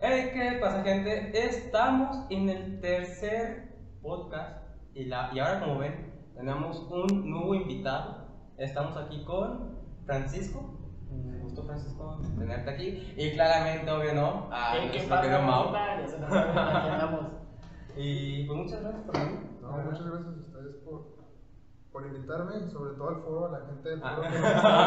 Hey, ¿qué pasa, gente? Estamos en el tercer podcast y, la, y ahora, como ven, tenemos un nuevo invitado. Estamos aquí con Francisco. Me gustó, Francisco, tenerte aquí. Y claramente, obvio, no, a ¿Qué- qué nuestro pasa, querido Mau. compadre? Aquí andamos. Y pues muchas gracias por venir. No, muchas gracias a ustedes por, por invitarme y sobre todo al foro, a la gente del Ah. foro que nos está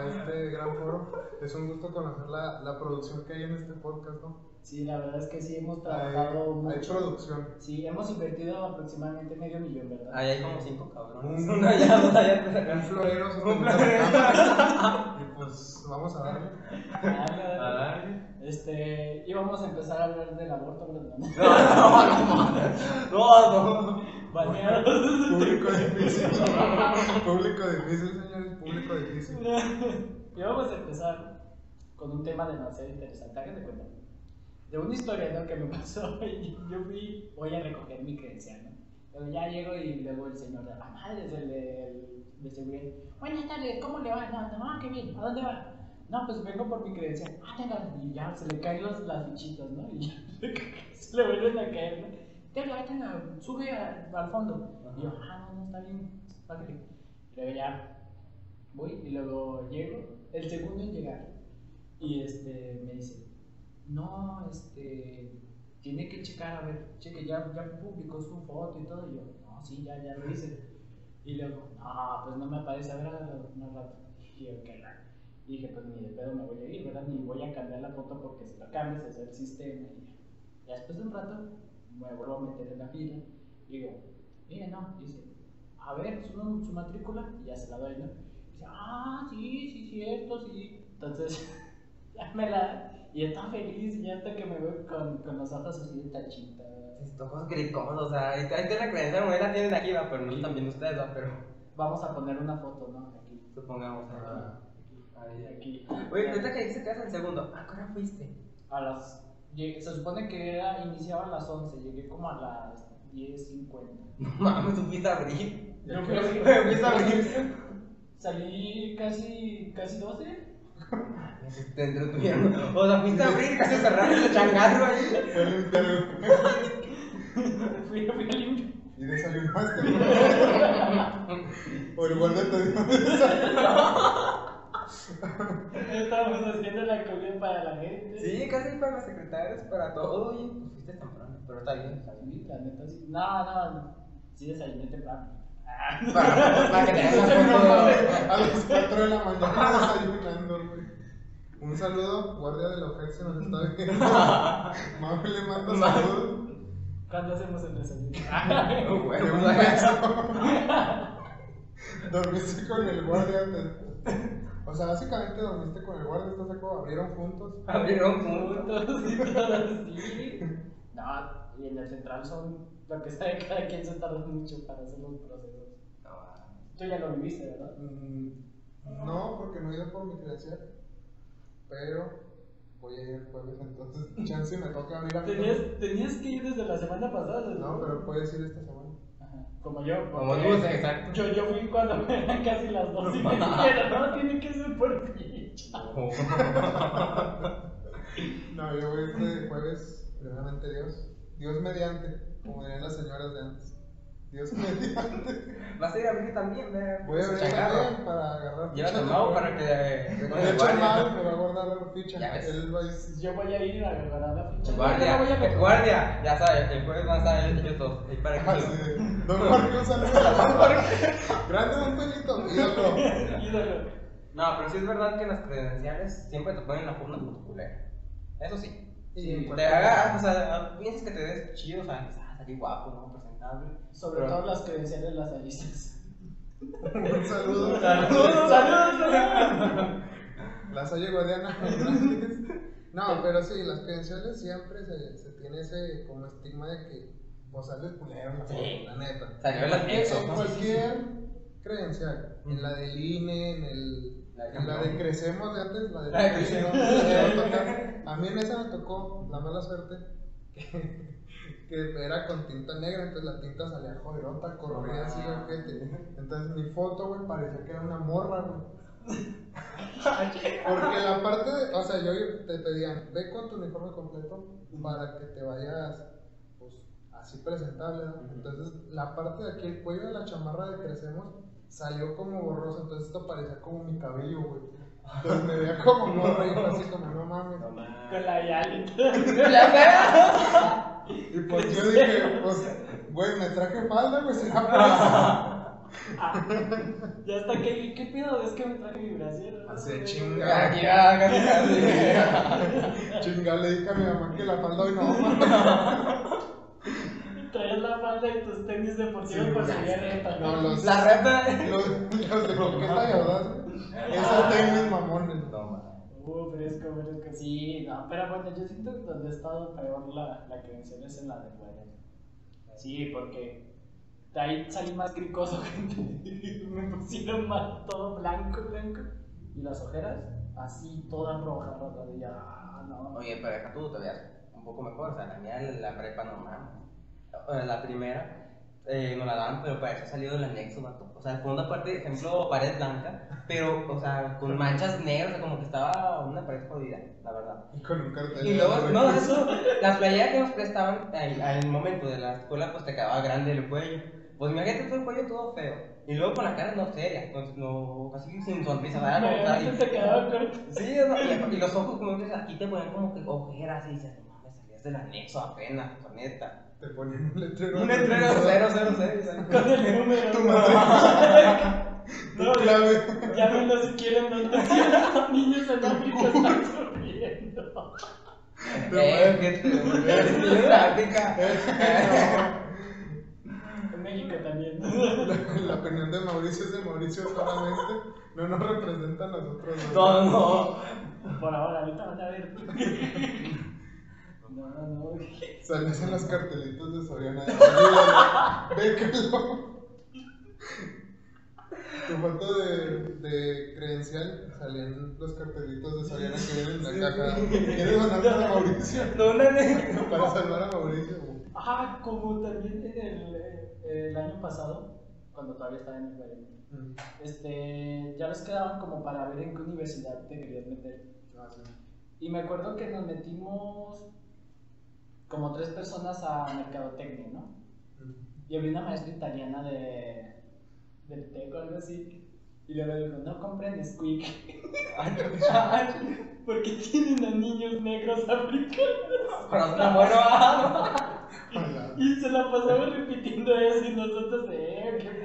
viendo, a este gran foro. Es un gusto conocer la, la producción que hay en este podcast, ¿no? Sí, la verdad es que sí hemos trabajado Hay, hay mucho. producción. Sí, hemos invertido aproximadamente medio millón, ¿verdad? Ahí hay como cinco cabrones. Uno allá, otro allá. Un florero Un sosteniendo florero. la cámara. Y pues vamos a darle. Ah, A la- darle. Este, íbamos a empezar a hablar del aborto, ¿verdad? No, no, no. No, no. Baneados. Público difícil. Público difícil, señores. Público difícil. Y vamos a empezar con un tema demasiado interesante, háganse cuenta. De una historia ¿no? que me pasó, y yo fui, voy a recoger mi credencial, ¿no? Pero ya llego y luego el señor de la madre, es el de, el de seguridad. Buenas tardes, ¿cómo le va? No, no, ah, qué bien, ¿a dónde va? No, pues vengo por mi credencial. Ah, tenga, y ya se le caen los, las fichitas, ¿no? Y ya se le vuelven a caer, ¿no? Tenga, tenga, sube a- al fondo. Y yo, ah, no, no, está bien, págale. Y luego ya Voy y luego llego, el segundo en llegar. Y este me dice, no, este, tiene que checar, a ver, cheque, ya, ya publicó su foto y todo. Y yo, no, sí, ya, ya lo hice. Y luego, no, pues no me aparece, a ver, hágalo más rato. Y yo, qué raro. Y dije, pues ni de pedo me voy a ir, ¿verdad? Ni voy a cambiar la foto porque si la cambias es el sistema. Y ya. ya después de un rato me vuelvo a meter en la fila. Y digo, mire, no, dice, a ver, su, nom- su matrícula, y ya se la doy, ¿no? Dice, ah, sí, sí, cierto, sí. Entonces, ya me la. Y está feliz, y hasta que me veo con, con los ojos así de tachita. Estos ojos gricosos, o sea, ahí ahí tiene la credencial, ahí la tienen aquí, va, pero no están viendo ustedes, va, pero Vamos a poner una foto, ¿no? Aquí. supongamos. Ah, Ahí, ahí. Aquí. Oye, ahorita que dices que es el segundo, ¿a qué hora fuiste? A las. llegué- Se supone que era, iniciaba a las 11, llegué como a las 10.50. No mames, tú fuiste a abrir. Yo creo que- Fuiste a abrir. Salí casi, casi 12. Ah, Te entretuvieron. O sea, fuiste a abrir y casi cerraron el changarro ahí. Fue el interview. Fui, fui a limpiar. Y de salir más temprano. O igual de Estábamos haciendo la comida para la gente. Sí, casi para las secretarias, para todo. Oye, pues fuiste temprano, pero está bien. está bien. Sí, la neta sí. No, no, sí desayuné temprano. Para, para que te hagas A las 4 de la mañana desayunando, güey. Un saludo, guardia de la ofensa, nos está viendo. Mami le manda saludos. ¿Cuándo hacemos el desayuno? un Qué huevo. Oh, bueno eso. Dormiste con el guardia antes. O sea, básicamente dormiste con el guardia, estás de acuerdo, abrieron juntos. Abrieron punto. Juntos y todas sí. No, y en el central son lo que sabe cada quien se tarda mucho para hacer los procesos. Tú ya lo viviste, ¿verdad? Mm, No, porque no he ido por mi credencial. Pero voy a ir el jueves, entonces chance me toca abrir a Tenías, tenías que ir desde la semana pasada, ¿no? No, pero puedes ir esta semana. Ajá, Como yo. Como porque tú, exacto. Yo, yo fui cuando eran casi las dos y me dijeron, no, tiene que ser por ti. Oh. No, yo voy este jueves, primeramente Dios. Dios mediante, como dirían las señoras de antes. Dios mediante. Vas a ir a abrir también, ¿verdad? Pues Voy Su a abrir ¿eh? changarro. también para agarrar Lleva ficha. el Mau para que. eh, De hecho, el Mau me va a guardar la ficha. Ya ves. Él va a decir, Yo voy a ir a agarrar la ficha. Guardia, Yo la voy a meter. guardia, ya sabes, el jueves van a estar ellos dos. ahí para "Ah, que- sí, Don Jorge, un saludo. Don Jorge. Grande Don Toñito. ídolo. Ídolo. No, pero sí es verdad que en las credenciales siempre te ponen la forma tu culera. Eso sí. Sí, Y en Te cuanto- hagas, o sea, piensas que te ves chido, o sea, dices, ah, salí guapo, ¿no? Presentable. Sobre Pero- todo las credenciales las avistas. Un saludo. Saludos, saludos. Las ha llegado Diana. Fernández. No, pero sí, las credenciales siempre se, se tiene ese como estigma de que vos sales culero, la- Sí. la neta. Salió la En nexo. ¿no? Eh, cualquier credencial, en la del INE, en, el, La de en la de Campeón. Crecemos de antes, la de La de Crecemos, Crecemos. la de Autocar. A mí en esa me tocó la mala suerte que, que era con tinta negra, entonces la tinta salía joderota, corría así, Ah. ojete. Entonces mi foto, güey, parecía que era una morra, güey. Porque la parte, de, o sea, sea, yo te pedían, ve con tu uniforme completo para que te vayas, pues, así presentable, ¿no? Ujú. Entonces, la parte de aquí, el cuello de la chamarra de crecemos, salió como borroso, entonces esto parecía como mi cabello, güey. Entonces me veía como morro y fue así como, no mames. No mames. Con la Yali. Y pues yo dije, pues, güey, me traje falda, güey, será por eso. Ah, ya está que, ¿qué pedo? Es que me traje mi brasier. Así, de chinga. Chinga, le dije a mi mamá que la falda hoy no, Traes la falda y tus tenis deportivos Sí, por si ya había reta. No, los, La reta. los, los de coqueta y audaz, güey. Esos tenis mamones. No mames. Uh, fresco, fresco. Sí, no, pero bueno, yo siento que donde ha estado peor la, la credencial es en la de Guayas. Sí, porque de ahí salí más cricoso, gente. Me pusieron mal todo blanco, blanco. Y las ojeras, así todas rojas, rojas. Y ya, ah, no. Oye, pero acá tú te veas un poco mejor. O sea, la mía, la prepa no mames. O sea, La primera, eh, no la dan, pero parece salido del anexo, vato. O sea, fue una parte, ejemplo, pared blanca, pero, o sea, con manchas negras, o sea, como que estaba una pared jodida, la verdad. Y con un cartel. Y luego, no, eso, la playera que nos prestaban al, al momento de la escuela, pues te quedaba grande el cuello. Pues imagínate todo el cuello todo feo. Y luego con la cara no seria, pues, no, así sin sonrisa, ¿verdad? No, o sea, Pero se quedaba corto. y- sí, o sea, y, y los ojos, como que aquí te ponían como que ojeras y dices, no mames, salías del anexo apenas, con neta. Te ponían un letrero. Un letrero 006. Con el número. Tu ¿no? madre. No, Tu clave. Ya no los quieren, no los quieren. Niños en África están sufriendo. No, Eh, eh. que te- es mi práctica. En México también. La opinión de Mauricio es de Mauricio solamente. No nos representa a nosotros. No, no. Por ahora, ahorita van a ver. No, no, no. Sales en los cartelitos de Soriana. Ayúdame, Bécalo. Tu foto de, de credencial salían los cartelitos de Soriana que vienen en la caja. ¿Quieres mandar a Mauricio? Dónde Para salvar a Mauricio. güey. Ah, como también en el, eh, el año pasado, cuando todavía estaba en el colegio, Mm, este, ya nos quedaban como para ver en qué universidad te querías meter. Y me acuerdo que nos metimos como tres personas a mercadotecnia, ¿no? Y había una maestra italiana de. del TEC o algo así. Y luego dijo: No compren Squeak. Porque tienen a niños negros africanos. Corazón tan bueno. ah. Hola. Y se la pasaba repitiendo eso. Y nosotros de. Eh, ¿Qué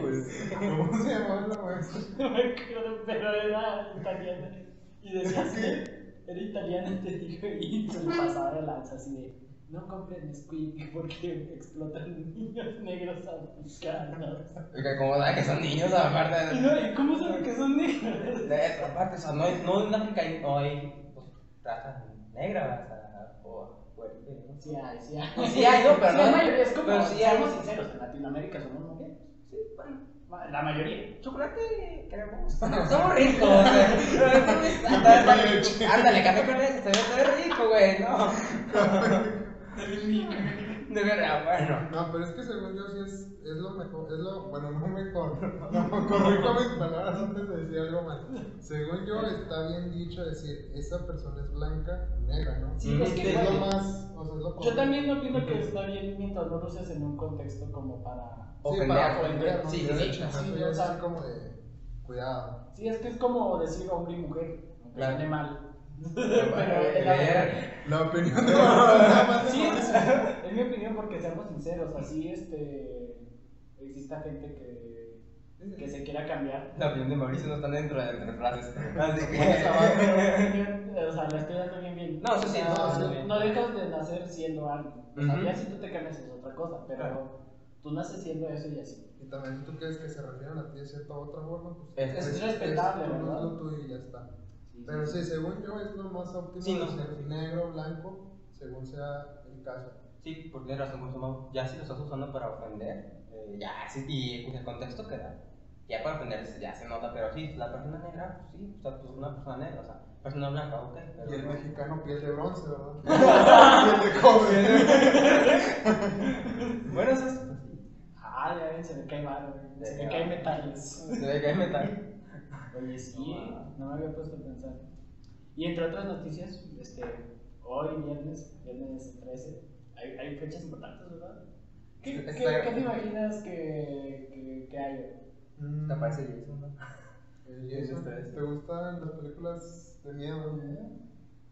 fue? pues, ¿Cómo se llamaba la maestra? No me acuerdo, pero era italiana. Y decía así: de- Era italiana y te dijo. Y se la pasaba de lanza así de. No compren Squeak porque explotan niños negros africanos. Oiga, ¿cómo sabe que son niños aparte Y de- no, ¿y cómo saben que son negros? de esta parte? O sea, no hay, no en África hay, no hay pues, raza negra, ¿verdad? o sea, o fuerte, ¿no? Sí hay, sí hay. Sí hay, no, pero Sí no- hay mayoría, es como, pero sí hay- seamos sinceros, en Latinoamérica somos mujeres. Sí, bueno, La mayoría. chocolate queremos. Somos ricos. o sea, pero esto no es- ándale, Ándale, café con leche, se ve se ve rico, güey, no. De verdad, bueno. No, pero es que según yo sí es, es lo mejor, es lo, bueno, no mejor, no, corrijo mis palabras antes de decir algo mal. Según yo está bien dicho decir, esa persona es blanca, negra, ¿no? Sí, es que es lo igual- más, o sea, es lo Yo correcto. también opino que está bien mientras no lo uses en un contexto como para. Sí, Ofender. para ofender, ¿no? Sí, Yo sí, de sí, chingazo, sí, yo o sea- así como de, cuidado. Sí, es que es como decir hombre y mujer. aunque Claro. suene mal. Pero, es la mujer. La opinión de nada más Sí, de- es, es mi opinión porque seamos sinceros, así este. Exista gente que. que se quiera cambiar. La opinión de Mauricio no está dentro de entre frases. Así que. o sea, la estoy dando bien bien. No, eso sí, O sea, no, eso sí. no dejas de nacer siendo algo. O sea, Ujú. ya si tú te cambias es otra cosa, pero Claro. tú naces siendo eso y así. Y también si tú quieres que se refieran a ti de cierta otra forma, pues Es- es respetable, tú, ¿verdad? lo tuyo y ya está. Pero sí, según yo es lo más óptimo Sí, no. decir negro, blanco, según sea el caso. Sí, por tienes razón, Gonzo Mau. Ya si lo estás usando para ofender, eh, ya, sí, y pues, el contexto que da. Ya para ofender sí, ya se nota, pero sí, la persona negra, pues, sí, o sea, pues una persona negra, o sea, persona blanca, ok, pero. Y el no. mexicano piel de bronce, ¿verdad? piel de cobre. Bueno, eso es. pues, Ah, ya ven, se me cae mal, güey. se Ya. me cae metales. Se ve que hay metal. Oye, sí, No, no me había puesto a pensar. Y entre otras noticias, este, hoy viernes, viernes 13, hay, hay fechas importantes, ¿verdad? ¿Qué, qué, Está- qué te imaginas que, que, que hay? ¿Te parece Jason, no? Mm. El Jason. Ustedes. ¿Te gustan las películas de miedo?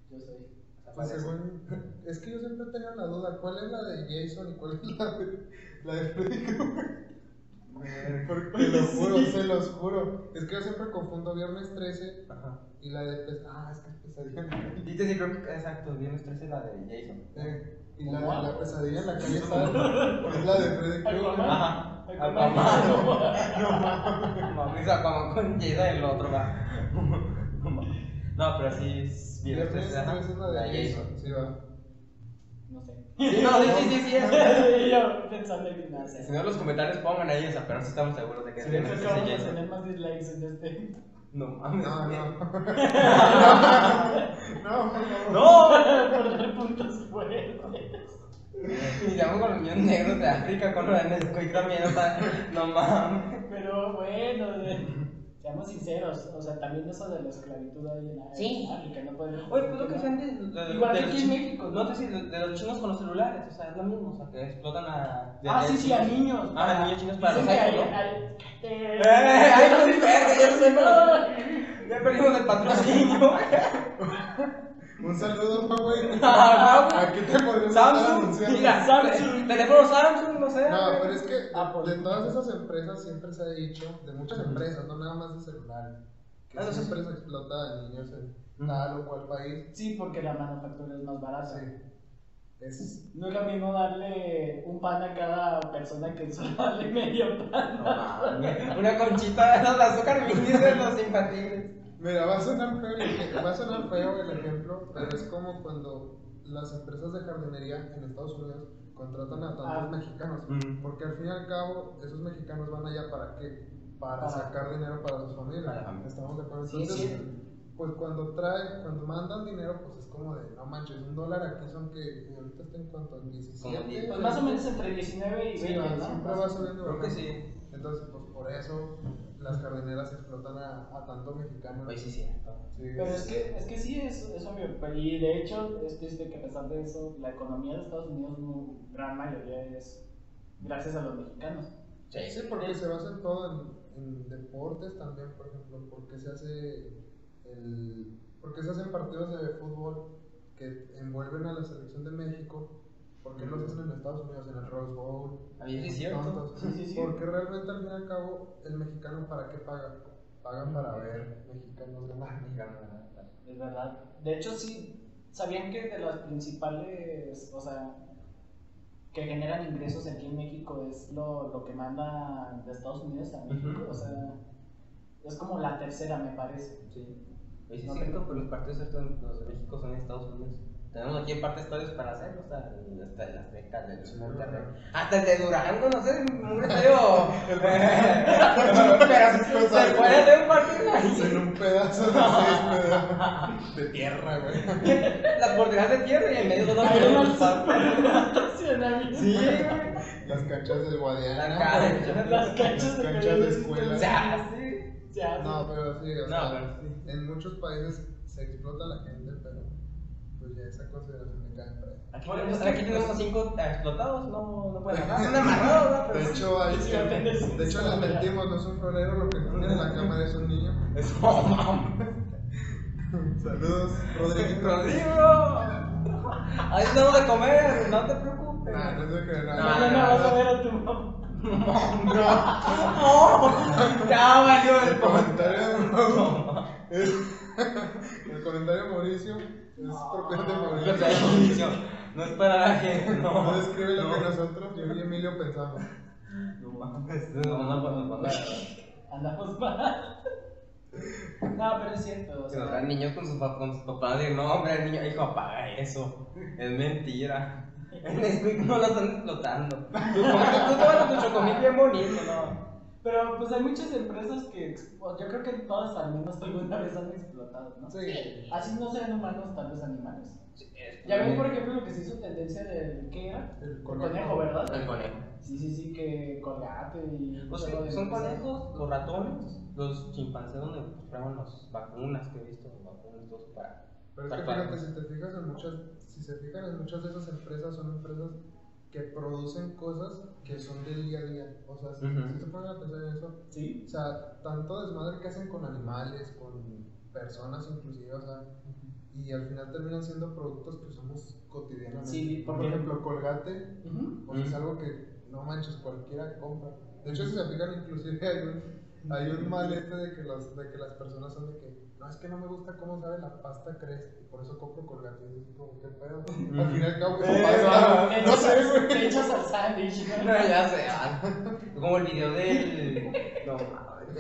Pues Yo soy. ¿Te Pues parece? según- Es que yo siempre he tenido la duda, ¿cuál es la de Jason y cuál es la de, la de Freddy Krueger? Porque te lo juro, se los juro. Es que yo siempre confundo Viernes 13 Ajá. y la de Pes- Ah, es que es pesadilla en la calle. Y te sí, creo que exacto, viernes 13 la de Jason. Eh, y la de Wow. la pesadilla en la calle está- es la de Freddy Krueger. Aquaman. Ajá. Ay, Aquaman. No mames. Mami, Aquaman con Jada el otro va. No, pero sí es viernes Viernes 13 ajá, 13 es la de Jason. Sí, va. No sé. Sí, no, sí, sí, sí, sí, es. Y yo pensando en gimnasia. Si no, los comentarios pongan ahí esa, pero sí estamos seguros de que es Creo viernes que 13 vamos a Jason. tener más dislikes en este. No mames. No, no. No, no. ¡No! Perder puntos fuertes. Miramos con los niños negros de África con la Nesquik mierda. No mames. Pero bueno, de- seamos sinceros. O sea, también eso de la esclavitud ahí en la- Sí. en África no podemos. Oye, pues lo que sean de, de- Igual de que los aquí chi- en México, ¿no? No te si de, de los chinos con los celulares, o sea, es lo mismo, o sea, que explotan a. de- Ah, de sí, sí, chinos. a niños. Ah, a niños chinos para Dicen los que iPhone, hay- ¿no? hay- ¡Eh! ¡Ahí no se pierde! ¡Ya se No. ¡Ya perdimos el patrocinio! Un saludo, Huawei. Ah, Huawei. Aquí te podemos estar Samsung, anunciando. mira, Samsung. Samsung, teléfono Samsung, no sé. No, pero es que de- Apple. de todas esas empresas siempre se ha dicho, de muchas empresas, no nada más de celulares, que Ah, no, sí, siempre se explota a niños en Ujú. Ah. tal o cual país. Sí, porque la manufactura es más barata. Sí. Es, No es lo mismo darle un pan a cada persona que solo darle medio pan. No mames. Una conchita de azúcar minis de los infantiles. mira, va a, sonar feo, el ej- va a sonar feo el ejemplo, pero es como cuando las empresas de jardinería en Estados Unidos contratan a tantos Ah. mexicanos, Mm. porque al fin y al cabo esos mexicanos van allá para qué? Para Para- sacar dinero para sus familias. Para la familia. Estamos de acuerdo. Sí, Entonces, sí. pues cuando traen, cuando mandan dinero, pues es como de, no manches, un dólar aquí son que ahorita está en cuanto en 17. Como diez. Pues más o menos entre 19 y Sí, 20, va, ¿no? siempre va subiendo. Creo que ¿verdad? sí. Entonces, pues por eso las jardineras explotan a, a tanto mexicano. Oye, Pues sí, cierto. Sí, Pero es que, es que sí, es, es obvio. Pero Y de hecho, es triste que a pesar de eso, la economía de Estados Unidos, mu- gran mayoría es gracias a los mexicanos. Sí, porque se basa en todo, en, en deportes también, por ejemplo, porque se hace el, porque se hacen partidos de fútbol que envuelven a la selección de México, porque los hacen en Estados Unidos, en el Rose Bowl, Oye, sí, cierto. Tontos. Sí, sí, sí. Porque realmente al fin y al cabo, el mexicano para qué paga? Paga para ver mexicanos ganar. Es verdad. De hecho, sí. ¿Sabían que de las principales, o sea, que generan ingresos aquí en México es lo, lo que manda de Estados Unidos a México? Ujú. O sea, es como la tercera, me parece. Sí. Oye, Pues sí, es cierto, pero los partidos estos, los de México son en Estados Unidos. Tenemos aquí en parte estadios para hacerlo, o sea, hasta el Azteca, el de Monterrey. Hasta el de Durango, no sé, un estadio. Pero se puede hacer un partido ahí. En un pedazo de césped de tierra, güey. Las porterías de tierra y en medio de dos Hay una partidos. superdotacionamiento. Sí, güey. Las canchas del Guadiana. La cancha. Las canchas Las de canchas pelota de sí escuela. O están- sea, sí. se hacen. No, pero sí, o No, sea, pero sí. en muchos países se explota la gente, pero pues ya esa consideración de cada empresa. Aquí Bueno, tenemos pues aquí que- tenemos a cinco explotados, no, no pueden hablar. Son amarrados, ¿no? De Pero Ah, sí. hecho, ahí Sí, sí- va a tener su de hecho les historia. mentimos, no es un florero, lo que tiene en la cámara es un niño. Es oh, mames. Saludos, Rodrigo. Rodrigo. Ahí estamos de comer, no te preocupes. Nah, Ah, no sé qué, No, Mañana no, vas a ver a tu mamá. No. No, ya valió el El comentario de Mau- No, es- el comentario de Mauricio es propio de no, Mauricio. no es para la gente, no. No describe lo que no. nosotros yo y Emilio pensamos. No mames, no, no, no, no, no. Andamos mal. No, pero es cierto. o Se sea, nos dan niños con sus, pap- con sus papás y no, hombre, el niño, hijo, apaga eso. Es mentira. En Nesquik no lo están explotando. Tú comes tú tomas tu chocomil bien bonito, no. Pero pues hay muchas empresas que, ex- o yo creo que todas al menos alguna vez han explotado, ¿no? Sí. Así no sean humanos, tal vez animales. Ya ven, por ejemplo, lo que se hizo tendencia del, ¿qué era? El conejo, ¿verdad? El conejo. Sí, sí, sí, que colgate y... Pues sí, todo de son empresa. conejos o ratones los chimpancés donde compraban las vacunas que he visto, vacunas todos para. Pero es que Tacuac. fíjate, si te fijas en muchas, si se fijan en muchas de esas empresas, son empresas que producen cosas que son del día a día. O sea, si, Ujú. si se ponen a pensar en eso, Sí. o sea, tanto desmadre que hacen con animales, con personas inclusive, o sea, y al final terminan siendo productos que usamos cotidianamente. Sí, por porque- ejemplo, colgate, Ujú. pues es Ujú. algo que no manches, cualquiera compra. De hecho, si se fijan, inclusive hay un hay un mal este de que, los, de que las personas son de que no es que no me gusta cómo sabe la pasta Crest y por eso compro colgate. Y es como, ¿qué pedo? Al fin y al cabo, Eh, es pasta. Te Pues No Pues echas sé, al- güey. Te echas al sándwich. No, ¿no? ya sé. ah, Como el video del. No mames.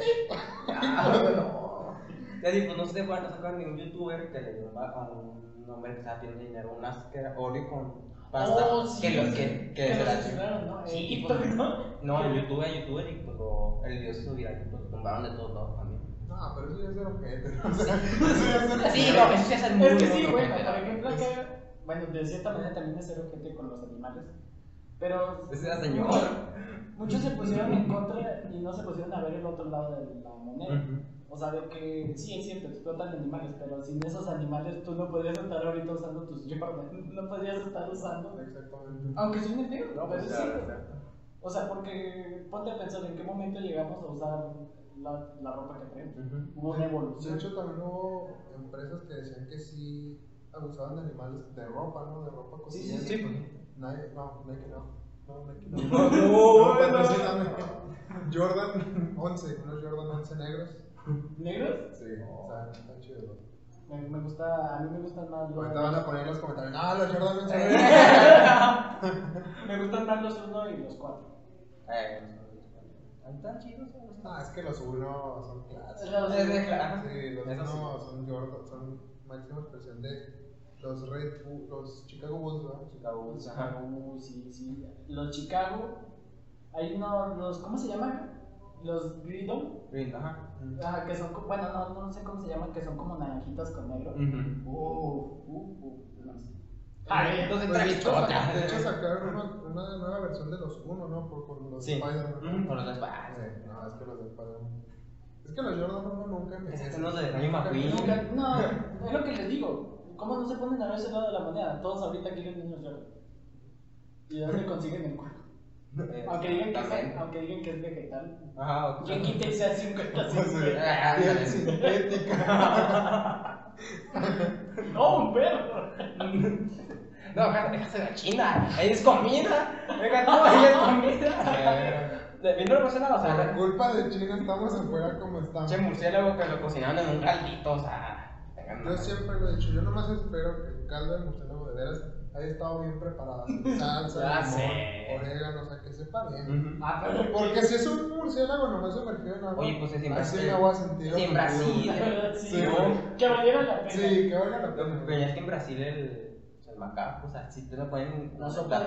Ah, no. Ya digo, no sé, bueno, sacaron ningún youtuber que le dio a a un hombre que estaba pidiendo dinero unas que era Oreo con pasta. Oh, sí, que lo sí. que, que Que se lo la- censuraron, ¿no? Sí, Eh, TikTok, pues, ¿no? No, el youtuber a youtuber y pues lo- el video se subía y pues lo tumbaron de todos lados también. No, pero eso ya es ser objeto. O sea, eso ya es ser Sí, objeto. no, es que es el Es que mundo, sí, no, bueno, no, por no, ejemplo, es- que, bueno, de cierta manera también es ser gente con los animales. Pero Ese era señor. muchos se pusieron en contra y no se pusieron a ver el otro lado de la Mm. moneda. O sea, de que sí, es cierto, explotan animales, pero sin esos animales tú no podrías estar ahorita usando tus Jordan. No podrías estar usando. Exactamente. Aunque suene feo, No, pues, pero ya, sí. ya. O sea, porque ponte a pensar en qué momento llegamos a usar la, la ropa que traemos. Ujú. Hubo una De evolución. hecho, también hubo empresas que decían que sí abusaban de animales de ropa, ¿no? De ropa Sí, cotidiana. sí, sí. Nike- no, Nike no. No, Nike no. No, No, no, patrocíname. Jordan 11, unos Jordan 11 negros. ¿Negros? Sí, o sea, está chido. Me, me gusta, a mí me gustan más los. Ahorita van a poner en los comentarios, no, los Jordan no se ven". me gustan más los 1 y los 4. Eh, no sé, Tan chidos, ¿no? Ah, es que los uno son clásicos. Es de claro. Sí, los Eso sí. uno son Jordan, son máxima expresión de los Red Bull, los Chicago Bulls, ¿verdad? Chicago Bulls, ajá. Chicago, sí, sí. Los Chicago. Hay unos, los, ¿cómo se llaman? Los Griddle. Green, ajá. Ah, que son, co- bueno, no, no sé cómo se llaman, que son como naranjitas con negro. Ujú. Uh, uh, uh, no sé. Ah, entonces Pues, trae de, hecho, bichota. sa- de hecho, sacaron una, una nueva versión de los uno, ¿no? Por, por los Sí. Spider-Man. Ujú, Por los Ah, espadas. sí, no, es que los Spider-Man. Es que los Jordan uno nunca me Es que los de Rayo McQueen. Nunca- No, es lo que les digo. ¿Cómo no se ponen a ver ese lado de la moneda? Todos ahorita quieren unos Jordan. ¿Y dónde consiguen el cuarto? Aunque digan que es, También. aunque digan que es vegetal. Eh, Ajá, ok. ¿Quién quita y sea 50 Sí. Ah, Piel ándale. sintética. No, un perro. No, deja- déjase la China. Ahí es comida. Venga, tú, ahí es comida. Eh, De- Viendo lo cocinado, o Por sea, culpa de China estamos afuera como estamos. che murciélago que lo cocinaron en un caldito, o sea. tengan- Yo siempre lo he dicho, yo nomás espero que el caldo de murciélago de veras haya estado bien preparado. sin Salsa, Ya limón, sé. orégano, o sea, que sepa bien. Ujú. Ah, pero Porque si es un murciélago nomás sumergido en agua, Oye, pues es en así Brasil. me voy a sentir. Es en Brasil. La verdad, sí. Sí. Que valiera la pena. Sí, que valga la Lo que pena. veía es que en Brasil el, o sea, el macaco, o sea, si te lo ponen La sopa de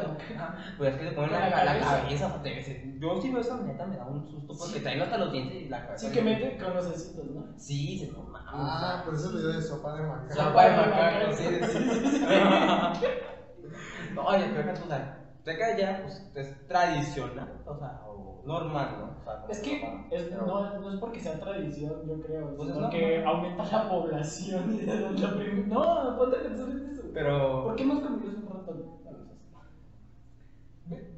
pues es que te ponen la, la La cabeza. cabeza, o sea, te- se- yo si veo esa neta me da un susto porque Sí. traen hasta los dientes y la cabeza. Sí, que mete con los ositos, ¿no? Sí, se no mames. Ah, por eso el video de sopa de o sea, macaco. sopa de macaco, sí, sí, sí. No, y el peor que, o sea, de que allá pues, es tradicional, o sea, o normal, ¿no? O sea, como Es que normal, es- pero- no, no es porque sea tradición, yo creo. Pues es sino que aumenta la población. y la- la prim- No, ponte a pensar en eso. Pero, ¿Por qué hemos comido un ratón?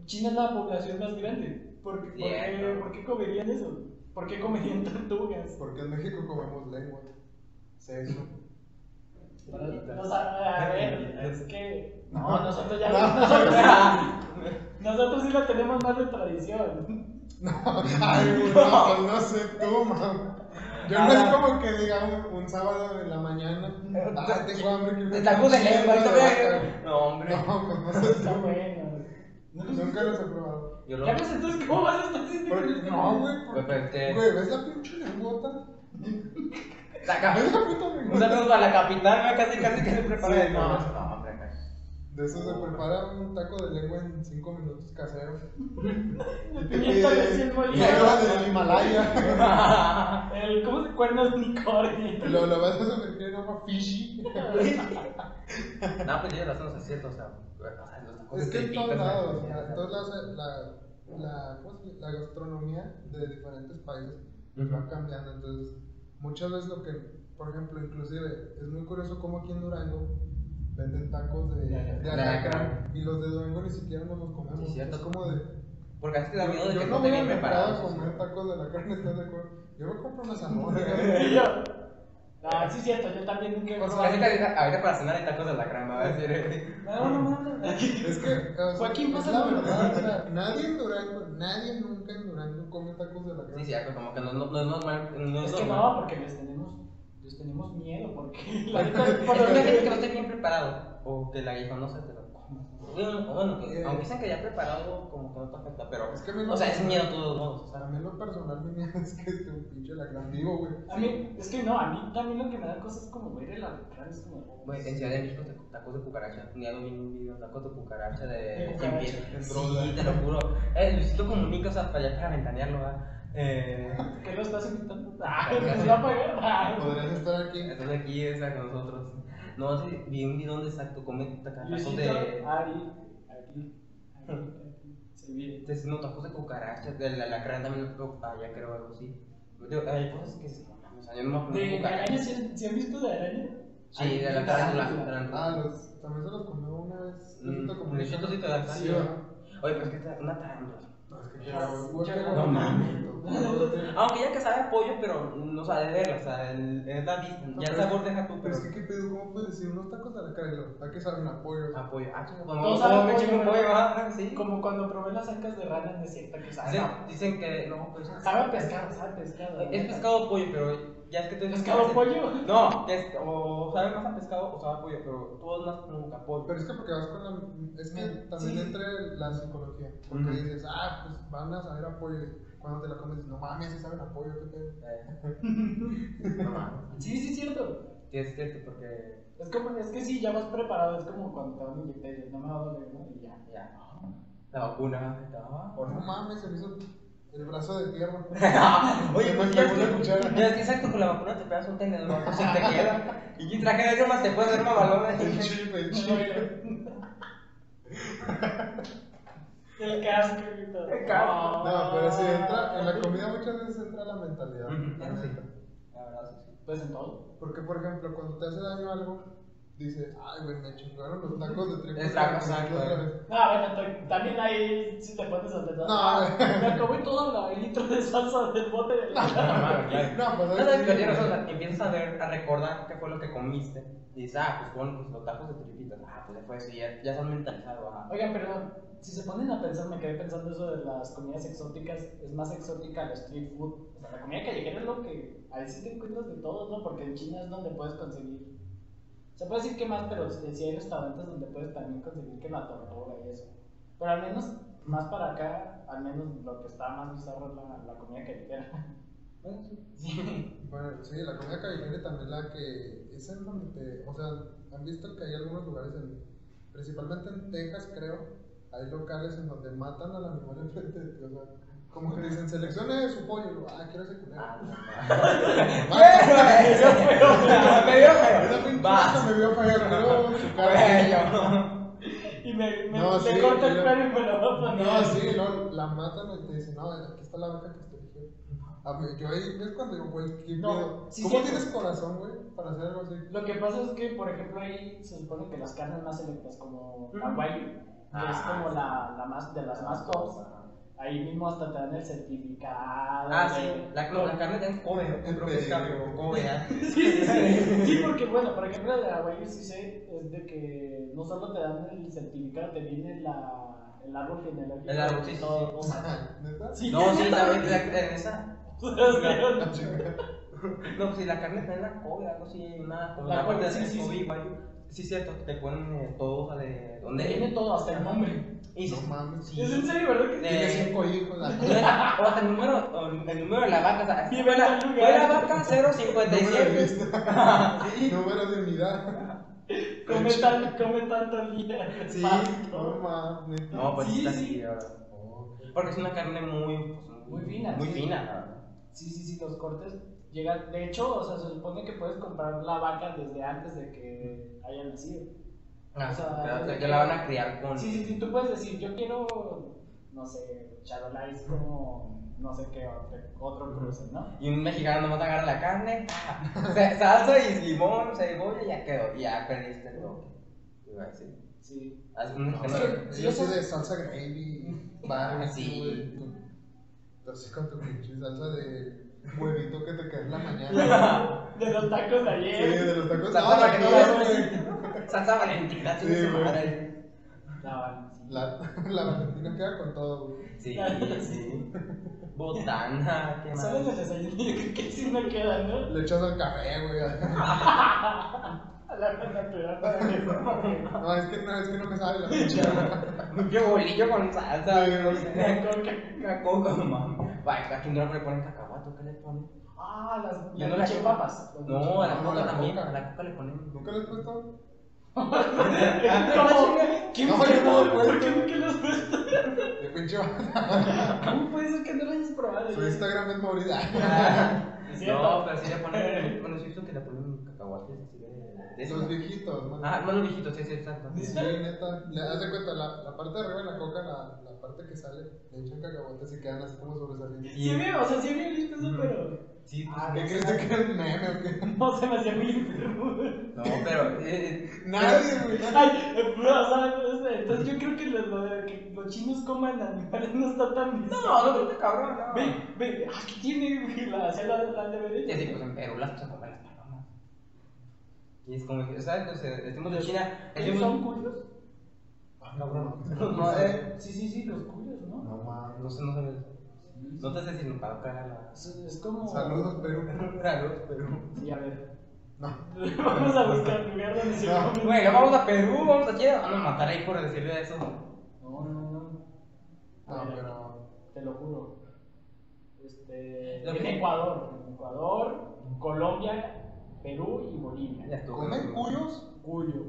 China es la población más grande. ¿Por, por qué, Cierto. por qué comerían eso? ¿Por qué comerían tortugas? Porque en México comemos lengua. Sexo. O sea, a ver, es que. No, nosotros ya. No. Nosotros, nosotros sí la tenemos más de tradición. Ay, güey, no, pues no sé tú, mamá. Yo no es como que diga un, un sábado en la mañana. Ah, tengo hambre. que me te tacos de chingo lengua, ahorita de voy a- No, hombre. vaca. No, pues no sé Está bueno. tú. Nunca los he probado. Yo lo Ya pues entonces, ¿cómo vas a estar haciendo Porque- no, güey. Me porque- apreté. Güey, ¿ves la pinche lengota? La cabeza. ¿Ves la puta Un lengota? saludo para la capital, ¿no? casi casi que se prepara de Sí, no, no. no, hombre. no. De eso se prepara un taco de lengua en 5 minutos casero. Y te Pimienta de pide cien bolivianos. lengua del Himalaya. El, ¿Cómo se cuernos unicornio? Lo, lo vas a someter en agua fishy. No, pues tienes razón, o sea, es cierto, o sea, o sea, los tacos Es que de en todos tripitas, lados, eh, ¿no? en todos lados la, la, ¿cómo se llama? la gastronomía de diferentes países Ujú. va cambiando. Entonces, muchas veces lo que, por ejemplo, inclusive, es muy curioso cómo aquí en Durango venden tacos de, De alacrán. de alacrán y los de Durango ni siquiera nos los comemos. Sí, cierto. es como de, Porque así te da miedo yo, de que yo no no voy te a vienen mercado a preparados. comer tacos de alacrán, ¿estás de acuerdo? Yo me compro unas zanahorias. Y yo. Ah, sí, es cierto, yo también nunca he Por probado. Así que ahorita, ahorita para cenar hay tacos de la crema, va a decir. No, no, no, no. Es que, o sea, Joaquín, es pásame la la verdad, o verdad. sea, nadie en Durango, nadie nunca en Durango come tacos de la Sí, sí, como que no, no, no es normal. No es, Es que normal. no, porque les tenemos, les tenemos miedo, porque la neta, Pero por lo una gente que no menos- esté bien preparado o que la hija no se te lo coma. Bueno, o bueno, que, aunque dicen que ya preparado, como que no te afecta, pero. Es que a mí O lo- sea, es miedo de todos modos. O A sea, mí lo personal mi miedo es que este pinche alacrán vivo, güey. A mí, es que no, a mí también lo que me da cosas es como ver el alacrán, es como... güey, en Ciudad de México, te- tacos de cucaracha. Un día lo vi en un video, tacos de cucaracha De de cucaracha, cien pies. de Sí, droga. te lo juro. Eh, Luisito comunica, o sea, para allá para ventanearlo, ¿verdad? Eh, ¿Qué lo estás invitando? Ah, nos va a pagar. Ah. Podrías estar aquí. estás aquí, está con nosotros. No, sí, vi un video donde exacto come taca- tacos Luisito, de. Ari, aquí, aquí, se viene. Te no, tacos de cucaracha, de la alacrán también, lo- allá creo, algo así. Digo, Hay cosas que se. O sea, yo no me acuerdo de ¿De cucaracha. araña? ¿Sí, han- sí han visto de araña? Sí, de la tarántula. de la tarántula. Ah, los, también se los comió una vez. Mm, Luisito Comunica. Luisito sí te da Sí, ¿verdad? Oye, pero es que esta- una tarántula. No, es que quiero- Sí, güey, ya Ah, quiero- no mames. No, no, Aunque ya que sabe a pollo, pero no sabe de verla, o sea, el- es la vista. no, Ya el pero- sabor deja tú, Pero pero. es que, ¿qué pedo? ¿Cómo puedes decir unos tacos de la cara? Y luego, ¿A qué saben a pollo? A pollo. Ah, chico, como. Todos como saben que pollo, chico ¿verdad? pollo, ah, sí. Como cuando probé las sacas de rana en desierta que sabe. Dicen, a- dicen que. No, pues. Sabe a pescado, sabe a pescado. la Es neta. pescado o pollo, pero ya es que te ¿Pescado pollo? No, que es, o sabe más a pescado o sabe a pollo, pero todo es más como que a pollo. Pero es que porque vas con la. Es que Sí. también entra la psicología. Porque Ujú. dices, ah, pues van a saber a pollo. Y Cuando te la comes, dices, no mames, sí saben a pollo, ¿qué pedo? Eh, no mames. Sí, sí, es cierto. Sí, es cierto, porque. Es, como, es que sí, ya vas preparado. Es como cuando te van a inyectar y dices, no me va a doler, ¿no? Y ya. Ya. La vacuna. estaba- O no mames, se me hizo el brazo de tierra. Oye, pues Me ya es pegó la que, cuchara. ya es que exacto con la vacuna te pegas un tenedor, pues se te queda. Y quien trajera yo más te puedes hacer mamalona. El chip, el chip. El casco y todo. El casco. No, pero si entra, en la comida muchas veces entra la mentalidad. Ujú, la eso Ah, sí. neta. La verdad, eso sí. Pues en todo. Porque, por ejemplo, cuando te hace daño algo, dices, ay, güey, me chingaron los tacos de tripa. Es taco, exacto. Otra vez. No, bueno, t- también ahí si te pones a pensar. No, ah, me acabé todo el litro de salsa del bote del No, mames, claro. No, pues No, ¿sabes no, qué? pero tienes razón, empiezas a ver, a recordar qué fue lo que comiste. Y dices, ah, pues bueno, pues los tacos de tripitas. Ah, pues después sí, ya, ya se han mentalizado. ajá. Oigan, perdón, si se ponen a pensar, me quedé pensando eso de las comidas exóticas, es más exótica la street food. O sea, la comida callejera es lo que ahí sí te encuentras de todo, ¿no? Porque en China es donde puedes conseguir. Se puede decir que más, pero sí sí hay restaurantes donde puedes también conseguir que la tortuga y eso. Pero al menos, más para acá, al menos lo que está más bizarro es la, la comida callejera. Bueno, sí. Bueno, sí, la comida callejera y también la que es en donde te- O sea, han visto que hay algunos lugares, en, principalmente en Texas, creo, hay locales en donde matan al animal enfrente de ti. O sea, como que dicen, seleccione su pollo. y luego, Ah, quiero ese culero. Ah, no, ¡Me dio feo! no. Me Esa dio, pinche pero. Vas. cosa me vio fallar, pero su cara. Bello. Y me, me No, le sí, corta el pero- pelo y me lo va a poner. No, sí, no, la matan y te dicen, no, aquí está la vaca que estoy eligiendo. A mí, yo ahí, ¿ves cuando digo, güey, qué No, miedo? sí, ¿Cómo sí. tienes corazón, güey, para hacer algo así? Lo que pasa es que, por ejemplo, ahí se supone que las carnes más selectas, como Ujú. la guayu, que es Ah, como sí. la, la más de las más tops, ahí mismo hasta te dan el certificado. Ah, de- sí, la, no, la carne también come, ¿no? Yo creo que es cabello, come, ¿ah? Sí, sí, sí. Sí, porque, bueno, por ejemplo, de la guayu sí sé es de que no solo te dan el certificado, te viene la, el árbol genealógico. El árbol, y sí, sí, todo. sí. O sea, ¿Neta? sí, No, sí, también la, en esa. o sea, No, pues si la carne está en la cobre, algo así, hay una, como La una parte cobre, sí, de sí, COVID, sí. guayo. Sí, es cierto, te ponen eh, todo, o sea, de Te viene donde. todo, hasta el nombre. Y No dices, mames. sí. Es en serio, ¿verdad? que sí? Eh, Tiene cinco hijos, la o hasta el número, o el número de la vaca, o sea, Sí, fue la, vete al fue la lugar. vaca Número de 057. lista. Número de unidad. Come, tan- come tanto al día. Sí, no mames. neta. No, pues Sí, está sí. así, la verdad. Oh, qué- Porque es una carne muy, pues, Muy fina, Muy sí. fina, la verdad. Sí, sí, sí, los cortes llegan. De hecho, o sea, se supone que puedes comprar la vaca desde antes de que haya nacido. Ah, O sea, ya- desde ya que- la van a criar con. Sí, sí, sí, tú puedes decir, yo quiero, no sé, charolais como no sé qué otro, otro cruce, ¿no? Y un mexicano nomás agarra la carne, sa- salsa y limón, cebolla y ya quedó. Y ya perdiste todo. Iba a decir. Sí. Haz un No, mexicano- yo sí, yo eso- soy Ah, de salsa gravy, barra, Sí. así, güey. Entonces con tu pinche salsa de huevito que te cae en la mañana. De los tacos de Sí, ayer. de los tacos. Salsa de valentina, aquí, güey. güey. Salsa valentina, Sí, chingue su güey. madre. La van, sí. La, la Valentina queda con todo, güey. Sí, sí. Botana, qué más. ¿Sabes el desayuno? Yo creo que sí no queda, ¿no? Le echas al café, güey. A la hora natural para que sepa que No, es que no, es que no me sabe la pinche. Yo bolillo con salsa. Sí, güey. güey. la coca. Una coca, mamá. Va, aquí no le ponen cacahuato, ¿qué le ponen? Ah, las, Yo las no la pinche llevo. papas. Las No, a pinche- la No, coca la también. coca. A la coca le ponen. ¿Nunca le has puesto? ¿Cómo? ¿Qué No, mierda? yo no lo ¿Por qué cuento. nunca las puesto? De pinche. ¿Cómo puede ser que no lo hayas probado? Su Instagram es movilidad. Ah, Es cierto. No, pero sí le ponen. Bueno, sí, he visto que le ponen cacahuates así de. de Los esos. viejitos, ¿no? Ah, hermano viejito, sí, sí, exacto. Sí, neta. Le das de cuenta, la, la parte de arriba de la coca, la, la parte que sale, le echan cacahuates y quedan así como sobresalientes. Sí, vi, o sea, sí había visto eso, Ujú. pero Sí, pues, Ah, ¿Qué crees tú que era un meme o qué? no se me hacía muy enfermo. no, pero. eh, eh, Nadie, güey. Ay, eh, pero, o sea, no sé, entonces yo creo que lo, lo de que los chinos coman animales no está tan bien. No, no, no, no, cabrón, no. Ve, ve, ah, ¿qué tiene güey? la, o sea, la, la de Y ver así, pues en Perú las cosas comen las palomas. Y es como, que, ¿sabes? Pues eh, decimos de China. ¿Ellos decimos- son cuyos? Ah, cabrón. No, eh, Sí, sí, sí, los cuyos, ¿no? No mames. No sé, no sabes. No te has desinupado, cara. la- Es, es como... Saludos, Perú. Saludos, Perú. Sí, a ver. No. Vamos a buscar el lugar donde se No. comen. Bueno, vamos a Perú, vamos a China. Van a matar ahí por decirle eso. No, no, no. No, pero. Te lo juro. Este, Lo en que- Ecuador, en Ecuador, Colombia, Perú y Bolivia. Ya estuvo. ¿Comen cuyos? Cuyo,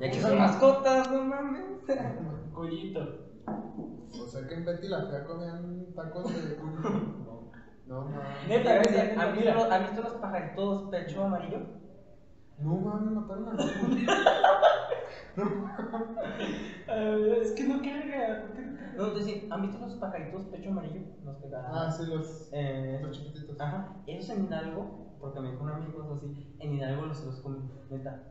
Y aquí son mascotas, no mames. cuyito. O sea que en Betty la Fea comían tacos de cuyo. No, no mames. Neta, ¿Has neta, neta, visto, mira. los- ¿han visto los pajaritos pecho amarillo? No mames, mataron a los Eh, es que no carga. ¿por qué no carga? No, es decir, ¿han visto los pajaritos pecho amarillo? Los que ganan. Ah, sí, los. Eh, Los chiquititos. Ajá, esos en Hidalgo, porque me dijo un amigo algo así, en Hidalgo los, los comen, neta.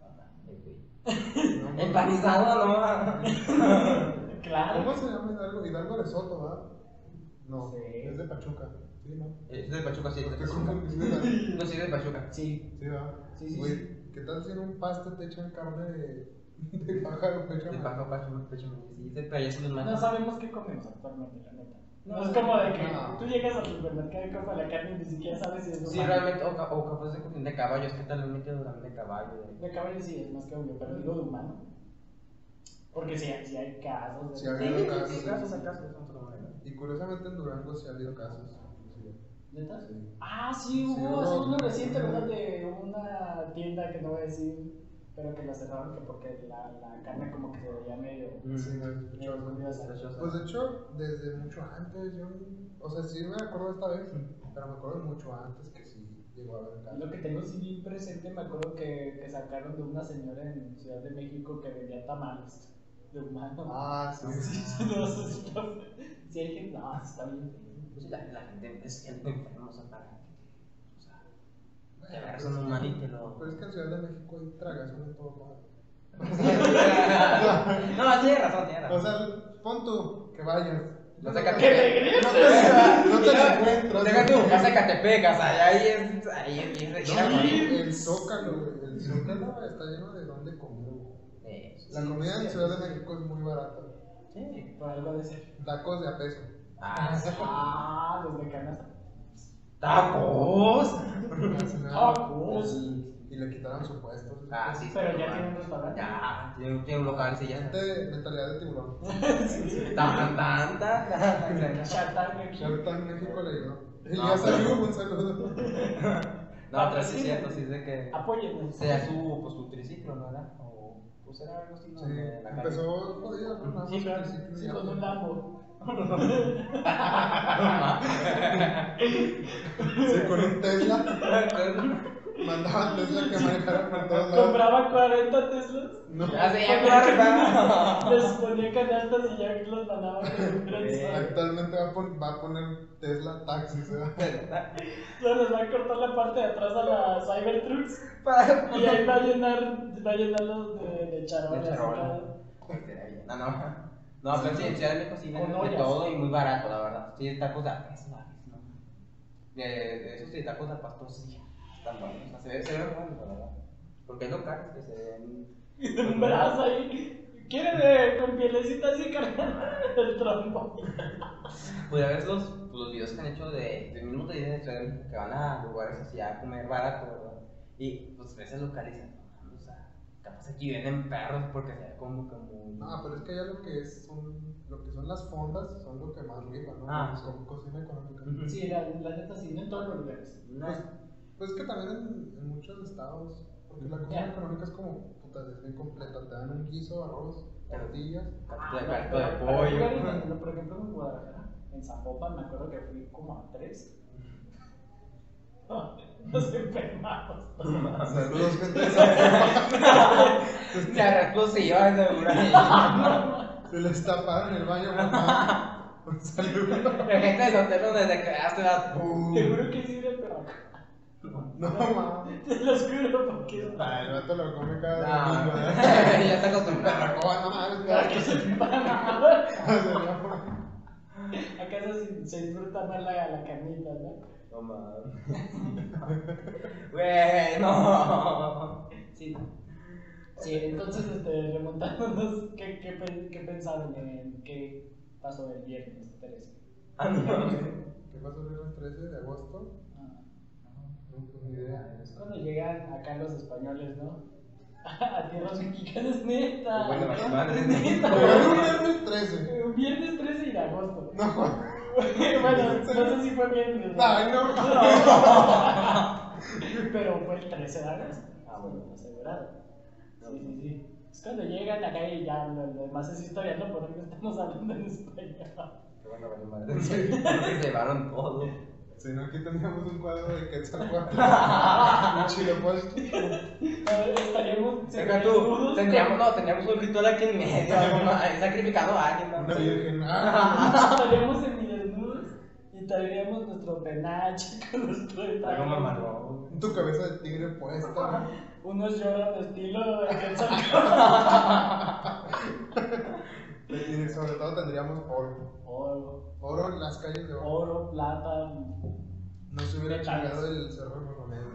No mames. Empanizado, no. Claro. ¿Cómo se llama Hidalgo? Hidalgo de Soto, ¿verdad? No, Sí. es de Pachuca. Sí, ¿no? Eh, Es de Pachuca, sí, es de Estoy Pachuca. confundido. No, sí, es de Pachuca. Sí, Sí, ¿verdad? sí, sí. sí. Güey, ¿qué tal si en un pasta te echan carne de, de pájaro pecho? De amarillo? Pachuca, Pachuca, Pachuca. Sí, de Pachuca, sí, los No matan. sabemos qué comemos actualmente, la neta. No, No, es como de que no. tú llegas al supermercado y compras la carne y ni siquiera sabes si es Sí, humano. realmente, o, ca- o capaz de cuestión de caballos, ¿qué tal un quedo también de caballo? de- De caballo sí es más que obvio, pero digo de humano. Porque sí, sí hay casos de. Sí, a Sí, ver, sí, sí, casos a casos, son todo bueno. Y curiosamente en Durango sí ha habido casos. Sí. ¿Neta? Sí. Ah, sí, Sí, hubo hubo. así uno reciente, ¿verdad? De una tienda que no voy a decir, pero que la cerraron que porque la, la carne como que se veía medio. Sí, Mm. me han medio escuchado. curiosa. Delicioso. Pues de hecho, desde mucho antes, yo, o sea, sí me acuerdo esta vez, pero me acuerdo de mucho antes que sí llegó a haber casos. Lo que tengo sí bien presente, me acuerdo que, que sacaron de una señora en Ciudad de México que vendía tamales de humano. Ah, sí. sí, sí, no, eso sí está. Sí, hay gente, no, está bien. Pues la, la gente es gente enfermosa para. O sea, te Bueno, agarras pues, un humano y te lo. Pero es que en Ciudad de México hay tragazón en todo lado. no, tiene razón, tiene O razón. sea, pon tú que vayas. No te sé, que ¡Que te- regrese! No te, no te lo encuentras. Pues, Deja tú, vas a Catepec, o sea, ahí es. Ahí es bien rechina, No, güey. El zócalo, güey, el zócalo está lleno de dónde comer. güey. Eh, sí, La comida en Ciudad de México es muy barata. sí. Por algo de ser. Tacos de a peso. Ah, sí. Ah, los de canasta. ¡Tacos! Ah, Tacos. Y le quitaron su puesto. Ah, sí, Pero ya sí, tiene un restaurante. Ah, Ya, tiene tiene un local, sí, ya. Gente, mentalidad de tiburón. Sí. Tan, tan, tan, tan. Shark Tank aquí. Shark Tank México le ayudó. Y No, Ah, ya pero- salió un saludo. No, pero sí es cierto, sí es de que. Apóyennos. Sea su, pues, su triciclo, ¿no era? O pues era algo así, ¿no? Sí, De la calle. empezó jodido con una Sí, claro. Sí, con un lambo. No, ma. Ah, Sí, con un Tesla. Con- Mandaba a Tesla que manejara por todos lados. Compraba 40 Teslas. No, Ya sé, ya ¡Guarda! Les ponía canastas y ya los mandaba con un trenzado. actualmente va a, pon- va a poner Tesla taxis, ¿verdad? Entonces les va a cortar la parte de atrás a la Cybertrucks Para- y ahí va a llenar, va a llenarlos de, de charolas. De charolas. acá. No, no. No, pero sí, en Ciudad de México sí venden Con de ollas. todo y muy barato, la verdad. Sí, tacos de a peso, a peso. De, de esos sí, tacos de pastor, sí. Están buenos. O sea, se, ve- se ven buenos, la verdad. Porque es lo caro es que se ven. Y un brazo ahí. Quiere de, con pielecita así cargando el trompo. Pues a ver los, pues, los videos que han hecho de, de mismos de Ciudad de México que van a lugares así a comer barato, ¿verdad? Y pues ves el local y dices, no, mames, o sea, capaz aquí venden perros porque se ve como, como. No, pero es que ya lo que es son, lo que son las fondas son lo que más rifa, ¿no? Ah, Como cocina económica. Ujú. Sí, la, la neta sí, no en todos los lugares. Pues, Una- pues que también en, en muchos estados, porque la comida Ya. económica es como, puta, es bien completa, te dan un guiso, arroz, tortillas, Cartito de, cartito Pues, de Para- para jugar en- pollo. en- por ejemplo, en Guadalajara, en Zapopan, me acuerdo que fui como a tres. Los enfermados. saludos gente de Zapopan, Se arrastró, se lleva de seguridad. se les taparon el baño, mamá, un saludo, La gente del hotel donde te quedaste era. Seguro que sí, pero Uh, no mamá, te lo juro porque es Ah, el vato lo come No, cada domingo, ¿eh? ¿verdad? ya está acostumbrado. Barbacoa, no mames, para cada que que se enferma. se llama. Acaso se, se disfruta más la, la carnita, ¿no? No mames. Güey, no. Sí. Sí, entonces, este, remontándonos, ¿qué, qué, pen- qué pensaron en qué pasó el viernes 13? Ah, no. ¿Qué pasó el viernes 13 de agosto? Ah. No tengo ni idea. Es cuando llegan acá los españoles, ¿no? A tierras mexicanas, neta. Bueno, las madres, Pero el neta. viernes 13, Un Viernes 13 de agosto. no joder. bueno, no sé si fue viernes. ¿no? Ay, no joder. Pero fue el 13 de agosto. Ah, bueno. Asegurado. Sí, sí, sí. Es cuando llegan acá y ya lo, lo demás es historia, ¿no? Por eso estamos hablando en español. Qué bueno, vale madre. Se llevaron todo. Si no, aquí teníamos un cuadro de Quetzalcoatl. Chilopochtli. A ver, estaríamos. Deja tú. desnudos, Teníamos, no, teníamos un ritual aquí en medio. algo más, ahí Sacrificado a alguien. Una ¿no? virgen. Ah, Estaríamos en desnudos y traeríamos nuestro penache con nuestro Algo detalle. mamarrón. tu cabeza de tigre puesta. Unos lloran de estilo de que Y sobre todo tendríamos oro. oro, Oro en las calles de oro. oro, plata, No se hubiera Metales. chingado el cerro de Romero.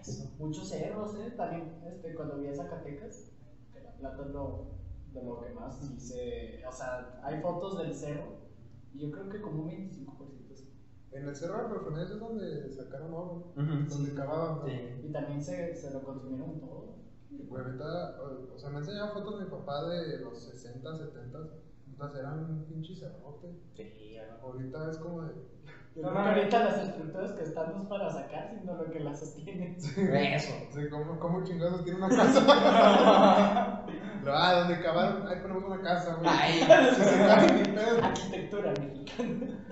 eso. Muchos cerros, ¿eh? También, este, cuando vi a Zacatecas, que la plata es lo, de lo que más sí se... O sea, hay fotos del cerro y yo creo que como un 25% es- En el cerro de Romero es donde sacaron oro. Ujú. Donde cavaban. ¿no? Sí. Y también se, se lo consumieron todo. Güey, ahorita, o- o sea, me enseñaba fotos de mi papá de los 60, 70. Entonces eran un pinche cerrote. Sí, algo. Ahorita es como de. Yo No creo que mames. ahorita las estructuras que están no es para sacar, sino lo que las sostiene. Eso. Sí, ¿cómo, cómo chingados tiene una casa? Pero, ah, donde cavaron, ahí ponemos una casa, güey. Ay. Sí, sí, ay, ni pedo. Arquitectura mexicana.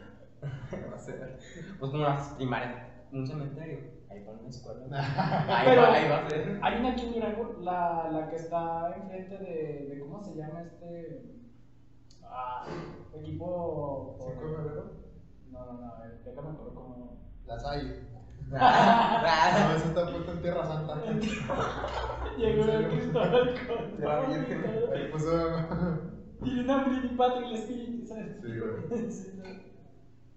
Va a ser, Pues como las primarias, un cementerio. Ahí va una escuela. Ahí, Pero- va, ahí va a ser. Hay una aquí en Durango, la, la que está enfrente de, de. ¿Cómo se llama este? Ah, equipo. ¿Cinco de febrero? No, no, no, eh, déjame acuerdo cómo. Las hay. Ah, No, esa está puesta en Tierra Santa. Llegó el Cristóbal La Colón y Virgen. todo. Ahí puso. Y un hombre y Patrick les pide, ¿sabes? Sí, güey. Sí, no.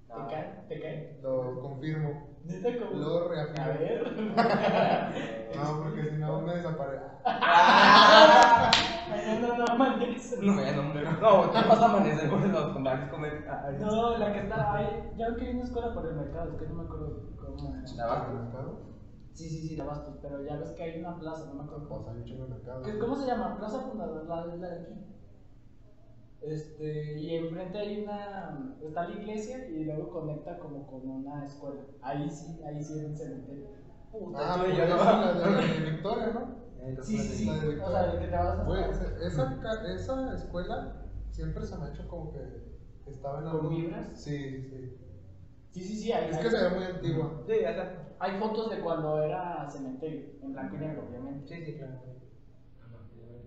Te cae, te cae. Lo confirmo. Neta como. Lo A reafirmo. ver. No, porque si no me desaparece. Ah, Mañana no amanece. No, ya no, hombre, no, no vas a amanecer con los con varios comentarios. No, la que está ahí. Ya aunque hay una escuela por el mercado, es que no me acuerdo cómo. La vas- mercado? Sí, sí, sí, la Bastos, pero ya ves que hay una plaza, no me acuerdo cómo. Pues hay un chingo de mercado. ¿Qué- ¿Cómo se llama? Plaza Fundador, la, la de aquí. Este, y enfrente hay una. Está la iglesia y luego conecta como con una escuela. Ahí sí, ahí sí es un cementerio. Puta, Ah, tú y pues yo, esa es ¿no? la de Victoria, ¿no? Sí, sí, sí. La de O sea, Victoria. el que te vas a. Güey, esa- esa, ca- esa escuela siempre se me ha hecho como que estaba en ¿Con algún- vibras? Sí, sí, sí. Sí, sí, sí. Hay, Es que hay- se ve muy antigua. Sí, exacto. hay fotos de cuando era cementerio, en blanco y negro, obviamente. Sí, sí, claro.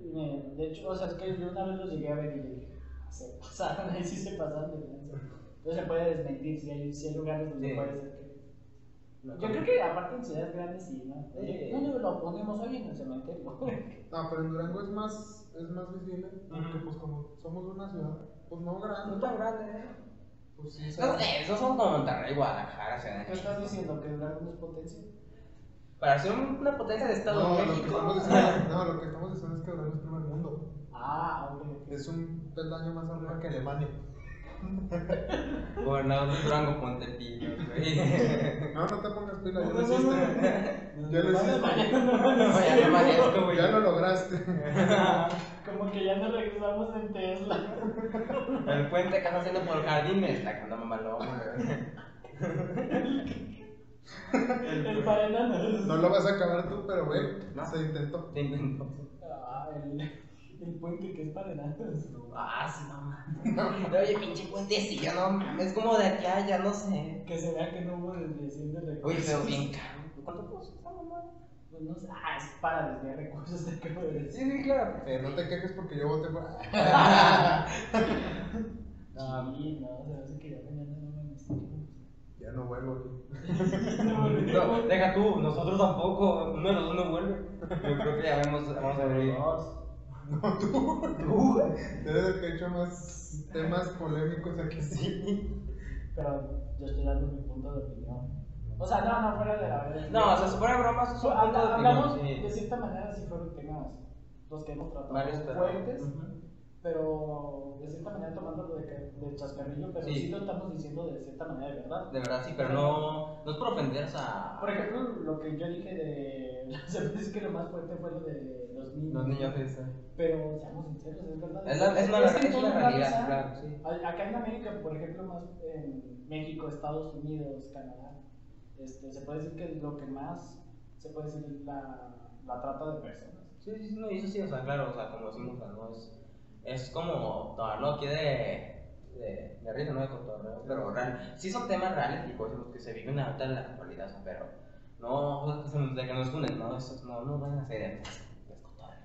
Y me- De hecho, o sea, es que yo una vez los llegué a ver y dije, "Ah, se pasaron, ahí sí se pasaron de lanza. Entonces se puede desmentir, si hay, si hay lugares donde Sí. puede ser que. Yo creo que aparte en ciudades grandes sí, ¿no? Sí. Eh, No, no, lo ponemos hoy en el cementerio. No, Ah, pero en Durango es más, es más visible, porque Ujú. pues como somos una ciudad, pues no No grande, tan grande, ¿eh? pues sí se No, esos son como Monterrey, Guadalajara, Ciudad de ¿Qué México. estás diciendo? ¿Que Durango no es potencia? Para ser una potencia de Estado No, de lo que México. estamos diciendo, no, lo que estamos diciendo es que Durango es primer mundo. Ah, ok, ok. Es un peldaño más arriba que Alemania. Gobernador de Durango, Pontepillo, güey. No, no te pongas pila, ya lo hiciste. Ya lo hiciste. Ya me amanezco, güey. Ya lo lograste. Como que ya nos regresamos en Tesla. El puente que está haciendo por jardines, la que anda mamalón, güey. El faena No lo vas a acabar tú, pero ve, No. se intentó. Se inventó. Ah, el, el puente que es para enanos. Ah, sí, no mames. Oye, pinche puentecillo, no mames, es como de aquí a allá, no sé. Que se vea que no hubo desviación de recursos. Oye, pero bien caro. ¿Cuánto cuesta esa mamada? Pues no sé. Ah, es para desviar recursos, te acabo de decir. Sí, sí, claro. Eh, no te quejes porque yo voté por. No, Sí, no, se me hace que ya mañana no me Ya no vuelvo aquí. no, deja tú, nosotros tampoco, uno de los dos no vuelve. Yo creo que ya vemos, vamos a ver. No, tú. Tú, Eres el que ha hecho más temas polémicos aquí. sí. Pero yo estoy dando mi punto de opinión. O sea, no, no, fuera de la verdad. No, o sea, si fuera bromas, es So, un habla- punto de hablamos opinión, de sí. cierta manera si fueron temas los que hemos tratado Varios, pero- fuertes, Ujú. pero de cierta manera tomando lo de, ca- de chascarrillo, pero sí. Sí. lo estamos diciendo de cierta manera de verdad. De verdad, sí, pero no, no es por ofender, o sea. Por ejemplo, lo que yo dije de las veces que lo más fuerte fue lo de los niños. Los niños eso. Pero seamos sinceros, es verdad. Es, la, es, una, que en es todo una lugar, o realidad, sea, claro, sí. A- Acá en América, por ejemplo, más en México, Estados Unidos, Canadá, este, se puede decir que lo que más se puede decir es la, la trata de personas. Sí, sí, sí, no, y eso sí, o sea, claro, o sea, como decimos, o sea, no es, es como tomarlo aquí de, de, de risa, no de cotorreo, pero real, sí son temas reales y cosas que se viven ahorita en la actualidad, o sea, pero no, o sea, que se nos- de que nos unen, no, eso es- no, no van a ser de de cotorreo.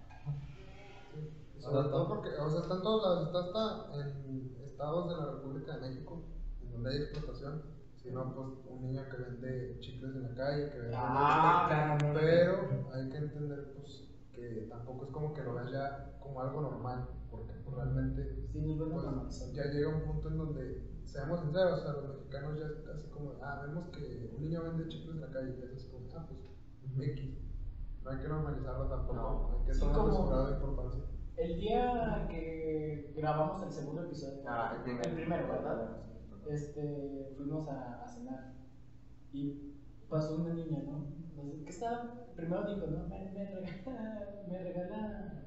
Sobre todo porque, o sea, están todos lados, está hasta en estados de la República de México, en donde hay explotación, si no, pues un niño que vende chicles en la calle, que vende... Ah. Pero hay que entender, pues, que tampoco es como que lo veas ya como algo normal, porque pues, realmente Sí, no es bueno pues, normalizar. ya llega un punto en donde, seamos sinceros, o sea, los mexicanos ya es casi como, ah, vemos que un niño vende chicles en la calle, y eso es como, ah, pues, X. No hay que normalizarlo tampoco, No. hay que Sí, tomarlo como- su grado de importancia. El día que grabamos el segundo episodio, Ah, el primero. el primero, ¿verdad? Este, fuimos a, a cenar y pasó una niña, ¿no? No sé, ¿Qué estaba? Primero dijo, no, me, me regala, me regala.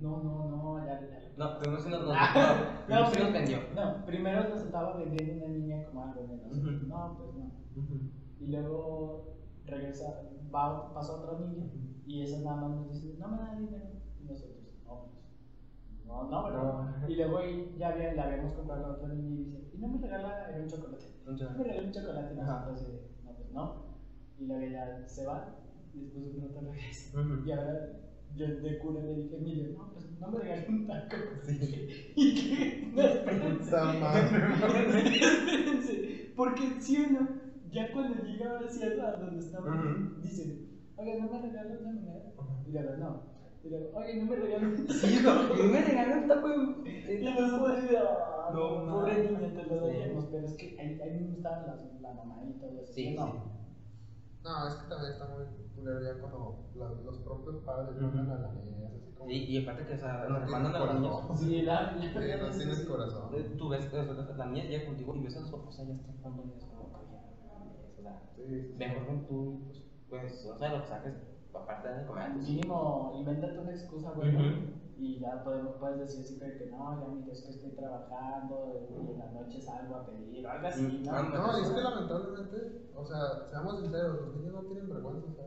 No, no, no, ya, ya. No, primero sí nos, nos, Ah, no, primero no, sí nos pero- vendió. No, primero nos estaba vendiendo una niña como algo de nosotros. Ujú. No, pues no. Y luego regresa, va, pasa otra niña y esa nada más nos dice, no me da dinero. Y nosotros, no, pues, no, no, ¿verdad? No. Y luego ahí ya había, le habíamos comprado a otra niña y dice, y no me regala era un chocolate. Mucho. No me regala un chocolate. Y Ajá. nosotros, eh, no, pues no. Y luego ya se va y después de un rato regresa. Ujú. Y ahora yo de cura le dije, mire, no, pues no me regalé un taco. Sí. Y que, no, espérense. Puta madre. Espérense, porque si uno, ya cuando llega ahora sí a a donde estamos, Ujú. dicen, oye, no me regalas una moneda. Y le digo, no. Y le digo, oye, no me regalas un Sí, hijo, y me regaló un taco Y de... nosotros, "Ah, No, pobre ma. niña, te lo Sí. daríamos. Pero es que ahí, ahí mismo estaban las, la mamá y todo eso. Sí, Yo, sí. no. No, es que también está muy culero ya cuando la- los propios padres Ujú. mandan a la niñez, así como. Y, y aparte que, o sea, No nos tienes mandan a los niños. corazón. Sí, la, la, Eh, no tienes corazón. Eh, Tú ves, o sea, la niña llega contigo y ves a su esposa ya está jugando y es como que ya, o sea, Sí, sí. mejor ven tú, pues, pues, o sea, lo que saques, aparte de comer, pues, Mínimo, invéntate una excusa, güey. ¿no? Ujú. Y ya podemos, puedes decir siempre que no, ya mira, es que estoy trabajando y en la noche salgo a pedir, o algo así, ¿no? Mm, No, y es que lamentablemente, o sea, seamos sinceros, los niños no tienen vergüenza, o sea.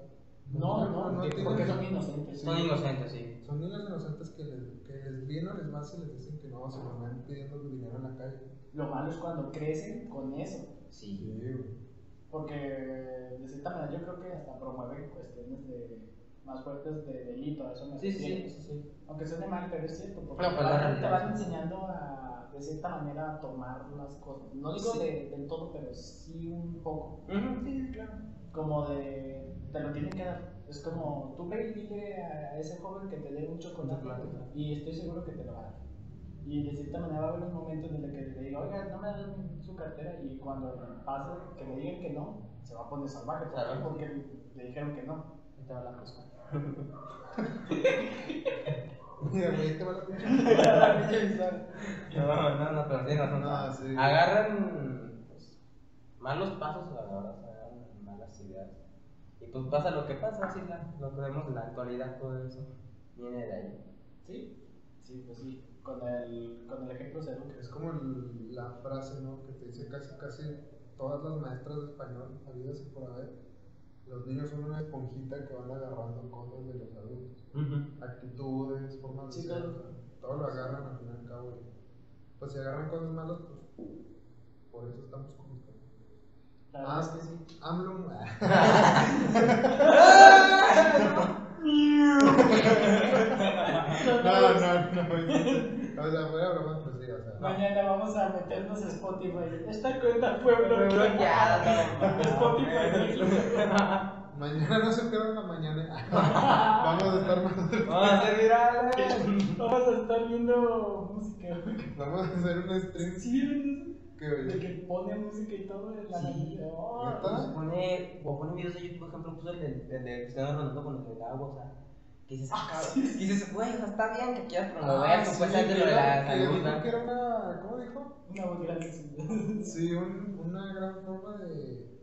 No, no, no que- tienen- porque son inocentes. son inocentes, sí. Son niños inocentes que les, que les bien o les va si les dicen que no, se los van pidiendo dinero en la calle. Lo malo es cuando crecen con eso. Sí. Porque de cierta manera yo creo que hasta promueve cuestiones de más fuertes de delito, a eso me Sí, sí, refiero. sí, sí, sí. Aunque suene mal, pero es cierto, porque Pero te, pues la van, realidad te van es- enseñando a, de cierta manera a tomar las cosas. No digo Sí. de- del todo, pero sí un poco. Ujú, sí, sí, claro. Como de, te lo tienen que dar. Es como, tú ve y dile a ese joven que te dé un chocolate Chocolate. y estoy seguro que te lo va a dar. Y de cierta manera va a haber un momento en el que le diga, oiga, no me den su cartera y cuando pase que le digan que no, se va a poner salvaje ¿por qué? Claro. porque le dijeron que no. Y te va la cosa. Mira, güey, te va la pinche. No, no, no, pero tienes razón. No, sí. Agarran pues, malos pasos, la verdad, o sea, agarran malas ideas. Y pues pasa lo que pasa, así la- lo que vemos en la actualidad, todo eso viene de ahí. Sí, sí, pues sí. Con el, con el ejemplo se educa. Es como el- la frase, ¿no? Que te dice casi, casi todas las maestras de español, habidas y por haber. Los niños son una esponjita que van agarrando cosas de los adultos. Actitudes, formas de Sí, ser. claro. o sea, Todo lo agarran al final y al cabo. y, pues si agarran cosas malas, pues por eso estamos como estamos. La verdad Ah. es que sí. AMLO. Ah. No, no, no. O sea, fuera broma, pues sí, o sea. Mañana vamos a meternos a Spotify. Esta cuenta fue bloqueada. Spotify no es lo que- Mañana no se pierdan la mañana. Vamos a estar más. Vamos a hacer eh. Pues, virales. Vamos a estar viendo música. Vamos a hacer un stream Sí, de que. que pone música y todo en la Sí. Oh, ¿Neta? Pone, o pone videos de YouTube, por ejemplo, puso el de, el de Cristiano Ronaldo con el del agua, o sea, que dices, Ah, cabrón, sí. que dices, güey, o sea, está bien que quieras promover Ah, sí, supuestamente que lo de la era- que salud, dijo ¿no? que era una. ¿Cómo dijo? Una voz grande, sí. Sí, un- una gran forma de.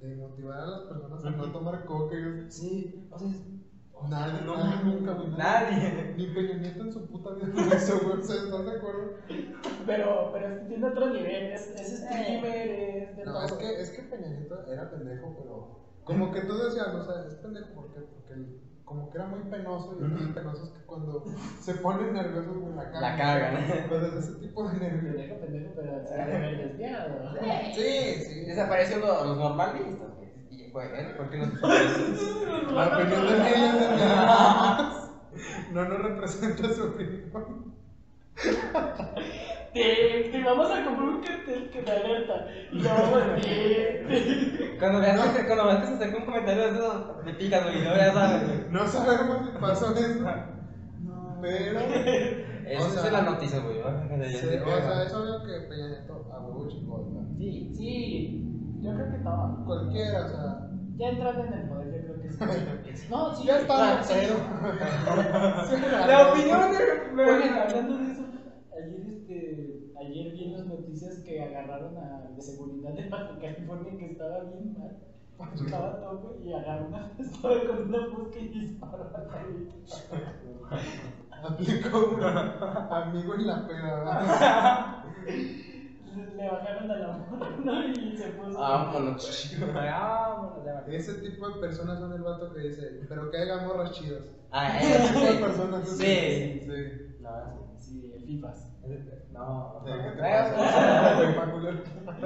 de motivar a las personas a no tomar coca. y yo- Sí, o sea, dices, Nadie, no, nadie, nunca, güey. nadie. Ni Peña Nieto en su puta vida lo hizo, güey. O sea, ¿estás de acuerdo? Pero, pero es que tiene otro nivel. Es, es streamer, es de No, todo. es que, es que Peña Nieto era pendejo, pero. Como que tú decías, o sea, es pendejo, ¿por qué? Porque el- como que era muy penoso y los penosos que cuando se ponen nerviosos, güey, la cagan. La cagan. Entonces, ese tipo de nervios. Pendejo, pendejo, pero se ha de haber desviado. Sí, sí. Desaparecen los, los normalistas, güey. Y, güey, ¿eh? ¿por qué no se La opinión de ellos de que nada más no nos representa su opinión. Te, te vamos a comprar un cartel que te alerta. Y lo vamos a decir. Cuando veas que, se- cuando veas que se sacó un comentario de eso, me picas, güey, no, ya sabes, güey. No sabemos si pasó eso. Pero. Eso O sea, es la noticia, güey. ¿no? Sí, o sea, es obvio que Peña Nieto, a huevo chico, o sea, Sí, sí. Yo creo que no. Cualquiera, o sea. Ya entrando en el poder, yo creo que sí. No, sí, Ya está, sí. pero. La opinión de... Oigan, hablando de eso, ayer, este, ayer vi en las noticias que agarraron a de seguridad de Baja California que estaba bien mal. Estaba tope y agarró una pistola con una mosca y disparó a la gente. Aplicó un amigo en la peda, ¿verdad? Le bajaron a la mano y se puso. Ah, Vámonos, chico. Vámonos, ya va. Ese tipo de personas son el vato que dice, pero que hagan morras chidas. Ah, Ese tipo de eh, personas. sí. sí. Sí. sí. No, sí. Sí, FIFAs. No, ¿De qué te no. pasa? Espectacular.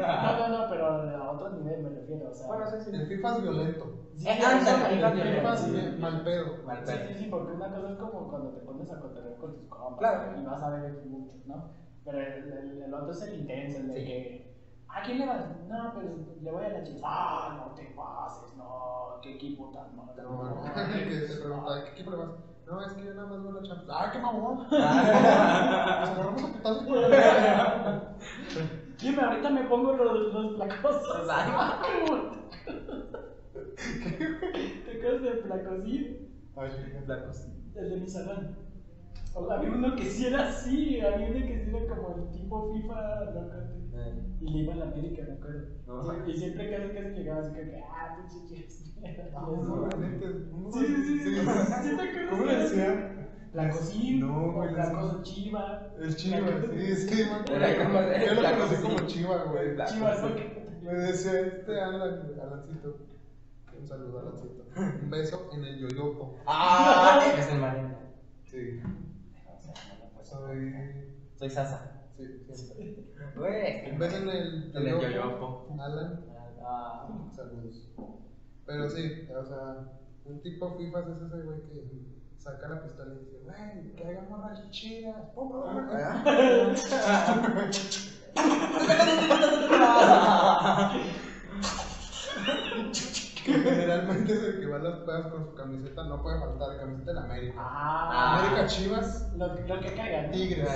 Ah. No, no, no, pero a otro nivel me refiero. O sea, Bueno, sí, sí. El FIFA es violento. sí, Eh, eso ándale, también, FIFA es El FIFA es sí. bien- mal pedo. Mal Sí, pedo. sí, sí, porque una cosa es como cuando te pones a cotorrear con tus compas Claro. y vas a ver mucho, ¿no? Pero el, el- el otro es el intenso, el de Sí. que, ¿a quién le vas? No, pues le voy a la chica, ah, no te pases, no, qué equipo tan malo. No, no, que se pregunta, ¿qué equipo le vas? No, es que yo nada más voy a la Champions. ¡Ah, qué mamón! Ah, Nos agarramos a pitazos por el Dime, ahorita me pongo los, los flacos. Exacto. ¿Te acuerdas del flacosín? Blancos. El de mi salón. O- Había uno que sí era así, había uno que sí era como el tipo FIFA, loco. Eh, Y le iba a la América, me acuerdo. no. Sí, Y siempre casi casi llegaba así como que, ah, pinche chiste. Vamos, valientes. Vamos, Sí, sí, sí. sí. ¿Sí te acuerdas? ¿Cómo le decía? La cocina. No, güey, La les- cosa chiva. El Chiva, sí, sí, me acuerdo. Era como- Yo lo la conocí cosa, como sí. Chiva, güey. Blancos. Chivas, porque. Le decía este Alan, Alancito. Un saludo, Alancito. Un beso en el yoyopo. Ah, es el marino. Sí. No, o sea, no, no, pues, Soy. Soy Sasa. Sí, siempre. Güey. ¿Ves en el En el yoyopo. Alan, Ah, saludos. Pero sí, o sea, un tipo FIFA es ese güey que saca la pistola y dice, güey, que haga morras chidas. pum, pum, pum". Ah, Que generalmente es el que va a las pedas con su camiseta, no puede faltar, camiseta de la América. ah, América Chivas, lo, que- lo que cagan. Tigres.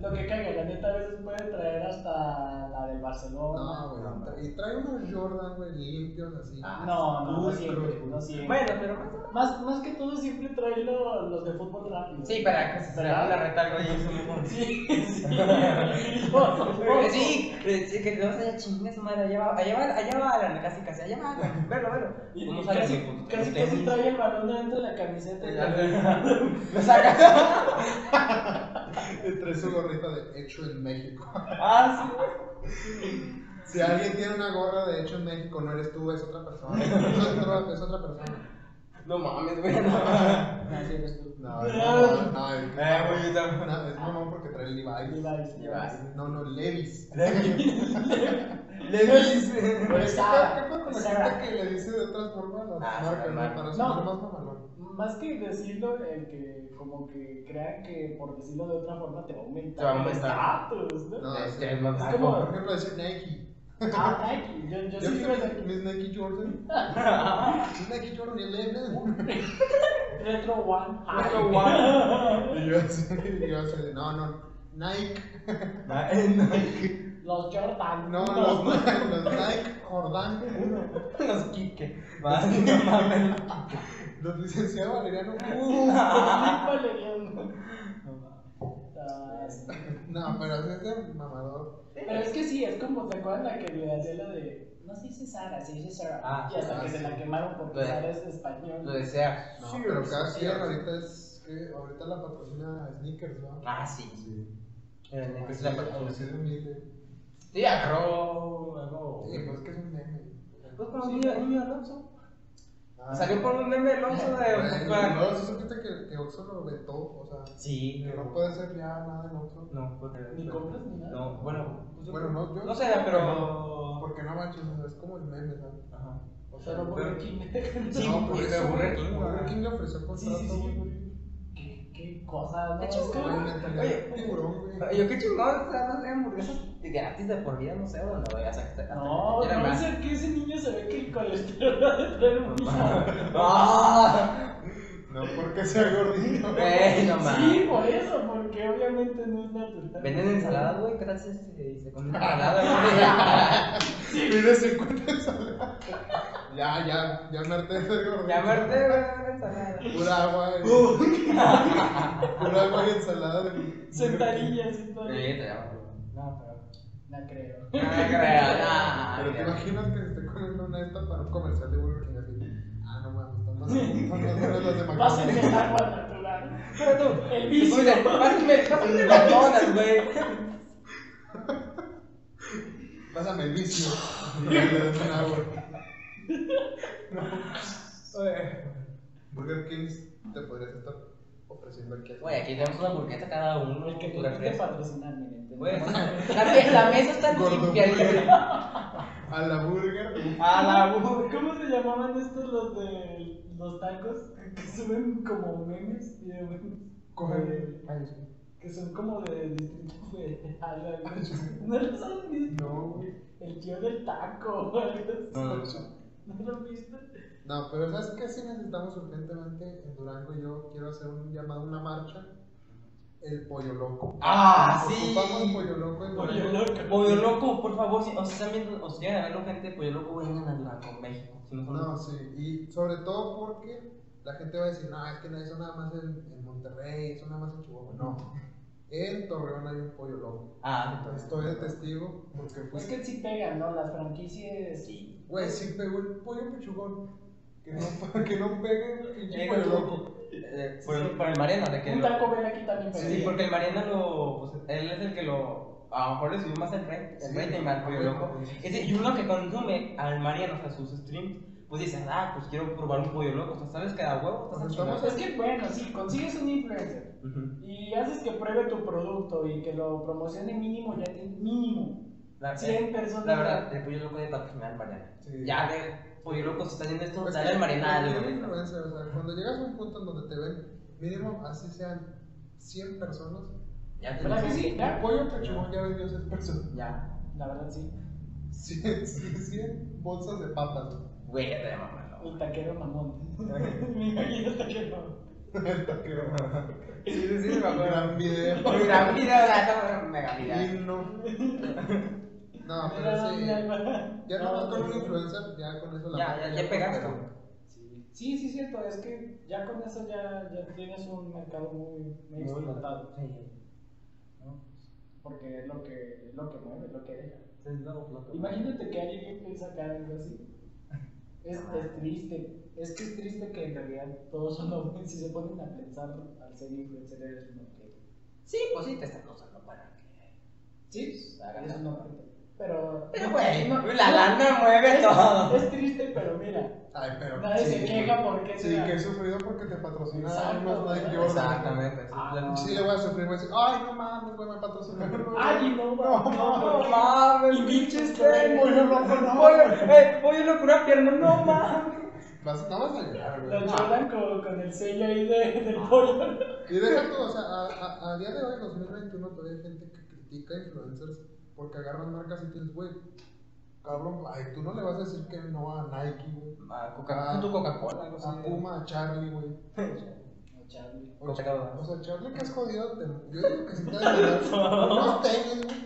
Lo que caga, la neta a veces puede traer hasta la de Barcelona. No, güey. Y trae unos Jordan, güey, limpios así. Ah, no, no, no Cruz, siempre, cruz. no siempre. Bueno, pero más o menos. más, más que todo siempre trae lo- los de fútbol rápido. Sí, para que se salga la retalgo y eso mismo. Sí, sí. Oh, Sí, sí, que no se chingue su madre. Allá va, allá va, allá va Alan, casi casi, allá va Alan. Velo, velo. Y- y ¿Cómo sale? casi, Con- casi, con casi tenis. trae el balón dentro de la camiseta. Ya Lo saca. Y trae su gorrita de hecho en México. Ah, Si alguien tiene una gorra de hecho en México, no eres tú, es otra persona. Es otra, es otra persona. No mames, güey. No. sí. Así eres tú. No, es mamón, no, es Eh, güey, yo tampoco. no, es mamón porque trae Levi's. Levi's, Levi's. No, no, Levi's. Levis. Pero Es que, Sara, ¿Qué pasa con la Sara. gente que le dice de otras formas las Ah, marcas? Sara, no? Mar- Para no. sonar más mamalón. Más que decirlo, el que como que crea que por decirlo de otra forma te va a aumentar, Te va a aumentar. el estatus, ¿no? No, Es es que es más Es bajo. como- Por ejemplo, decir Nike. Ah, Nike, yo, yo ¿Ya sí viste me- mis Nike Jordan? Nike Jordan 11. Retro One. Retro One. Y yo así, y yo así, de, no, no, Nike, Ah, eh, no. Los Jordan. no, los, los Nike Jordan uno. Los Kike. Más, no mames. Los licenciados Valeriano, uh. Pero no, pero así es de mamador. es que sí, es como, ¿se acuerdan la que le hacía lo de, no se dice Sara, se dice Sara? Ah, y hasta ah, que se sí. la quemaron porque Lo de- Sara es Lo español. deseas. No, pero cada sí, quien sí. ahorita es, que ahorita la patrocina Sneakers, ¿no? Ah, sí. Sí. Era Así, Netflix, la así producción. de humilde. Sí, agarró algo. Sí, pues es que es un meme. Pues con un niño, el niño Alonso. Ah, Salió por un meme Alonso bueno, pues, de. No, sí supiste que, que Oxxo lo vetó, o sea, Sí, que no pero- puede ser ya nada en Oxxo. No, porque. Ni compras ni nada. No, bueno. pues, Bueno, no, yo. No sé, pero. Porque no manches, o sea, es como el meme, ¿sabes? Ajá. O sea, Pero por pero- aquí. Sí, no, por porque eso, Burger güey, King, Burger güey. King le ofreció Sí, contrato, sí, sí. güey. Qué, qué cosa, ¿no? De hecho, es como- Güey, mentalidad Oye, de tiburón, güey. Yo qué chingón, o sea, no sé, hamburguesas de gratis de por vida, no sé, bueno, güey, o sea, hasta- hasta No, que te quieran no más. sé que ese niño se ve que el colesterol va a traer un ¡Ah! No, porque sea gordito. Güey, no Sí, mames. por eso, porque obviamente no es natural. Venden ensaladas, güey, gracias, eh, se comen ensalada, güey. Pide 50 ensaladas. Ya, ya, ya me harté de ser gordito. Ya muerte, güey, una ensalada. Pura agua, güey. Pura agua y ensalada. güey. Sentadillas y todo. Sí, te llamo. No, pero. No creo. No creo, Ah, Pero te no. imaginas que se esté comiendo una esta para un comercial de Burger King así. Ah, no mames, están más están más buenas las de Pásenme McDonald's. el agua natural. Pero tú, El Oye, vicio. Pásenme, pásenme las donas, güey. Pásame el vicio. Y ya le das un agua. Burger King te podrías estar ofreciendo aquí. así. Güey, aquí tenemos una burguesa cada uno. El que tu tiene que refresco. Pues. patrocinar, miren. Güey, tenemos- la, me- la mesa está Gordo limpia. burger. limpia. A la burger. A la burger. ¿Cómo se llamaban estos los de los tacos que, que suben como memes? Y de memes? Eh, Coge. Ah, Que son como de distrito federal. algo así. ¿No lo saben? Dice, No, güey. El tío del taco. o algo así. No, no, ¿No lo viste? No, pero ¿sabes qué? Si necesitamos urgentemente en Durango, yo quiero hacer un llamado, una marcha. El pollo loco. Ah, sí. Ocupamos pollo loco en Pollo Durango. loco. Pollo Loco, por favor, si os están viendo, os llegan a verlo, gente de Pollo Loco, vengan a Durango, México. Si no son- No, sí. Y sobre todo porque la gente va a decir, no, es que no, eso nada más en, en Monterrey, eso nada más en Chihuahua. No. En Torreón hay un pollo loco. Ah, Entonces estoy de testigo porque fui. Es Pues que sí pegan, ¿no? Las franquicias. Sí. Güey, sí pegó el pollo pechugón. Que no, que no pegue el pinche Eh, pollo loco. eh, por, el, por el Mariano, de que Un lo- taco ven aquí también Sí, pegan. sí, porque el Mariana lo. Pues, él es el que lo. A lo mejor le subió más el rey, el Sí. rating al pollo loco. Ese- y uno que consume al Mariano, o sea, sus streams, pues dices, ah, pues quiero probar un pollo loco. O sea, sabes que da huevo, Pues estás estamos chingando. Es que bueno, si consigues un influencer Ujú. y haces que pruebe tu producto y que lo promocione mínimo, ya tienes mínimo La, 100 personas. la verdad, el pollo loco de patrocinar Mariana. Sí. Ya, de pollo loco, si estás viendo esto, Pues dale que- al marinal, cualquier güey. influencer, o sea, cuando llegas a un punto en donde te ven, mínimo así sean 100 personas, Ya ¿Verdad que tienes- sí? el Ya, pollo pechugón ya vendió 100 personas. Ya, La verdad, sí. 100, 100 bolsas de papas. güey. güey, ya te mamá. El taquero mamón. Me imagino el taquero mamón. Neta, qué mamada. Sí, sí, sí, Gran video. Gran video, la mega vida. Himno. No, Me da pero mi sí. alma. Ya no No, vas con un sí. influencer, ya con eso la Ya, marca ya, ya pegaste. pero- Sí, sí, sí, cierto. Es que ya con eso ya, ya tienes un mercado muy, muy Muy explotado. Sí. Porque es lo que, es lo que mueve, es lo que deja. Es loco, loco. Imagínate que alguien empieza a sacar algo así. Es, es triste. Es que es triste que en realidad todos son hombres. Si se ponen a pensar al ser influencer, eres un objeto. Sí, pues sí, te están usando para que. pues, Sí, eres un objeto. Pero. Pero, güey, no- la no- lana mueve es- todo. Es triste, pero mira, Ay, pero. nadie se sí, queja porque Sí, que he sufrido porque te patrocina Exacto, unos Nike güey. Jordan. Exactamente. Ah, la- no. Sí, le voy a sufrir, voy a decir, ay, no mames, güey, me patrocinaron. Ay, no, No, no, No este, no, no. mames, Y pinches güey. pollo loco, no. Pollo- eh, Pollo loco, una pierna, no mames. Vas, no vas a llorar, Lo güey. Jordan con, con el sello ahí de, del pollo. Y deja tú, o sea, a, a- a día de hoy, en 2021, todavía hay gente que critica influencers porque agarran marcas y dices, güey, cabrón, ay, tú no le vas a decir que no a Nike, güey, Ah, Coca- Tu Coca-Cola, algo así. a Ah, Puma, a Charlie, güey. No, Charlie. O sea, Coca-Cola. o sea, Charlie que es jodido, te- yo digo que sí te debe de dar unos tenis, güey.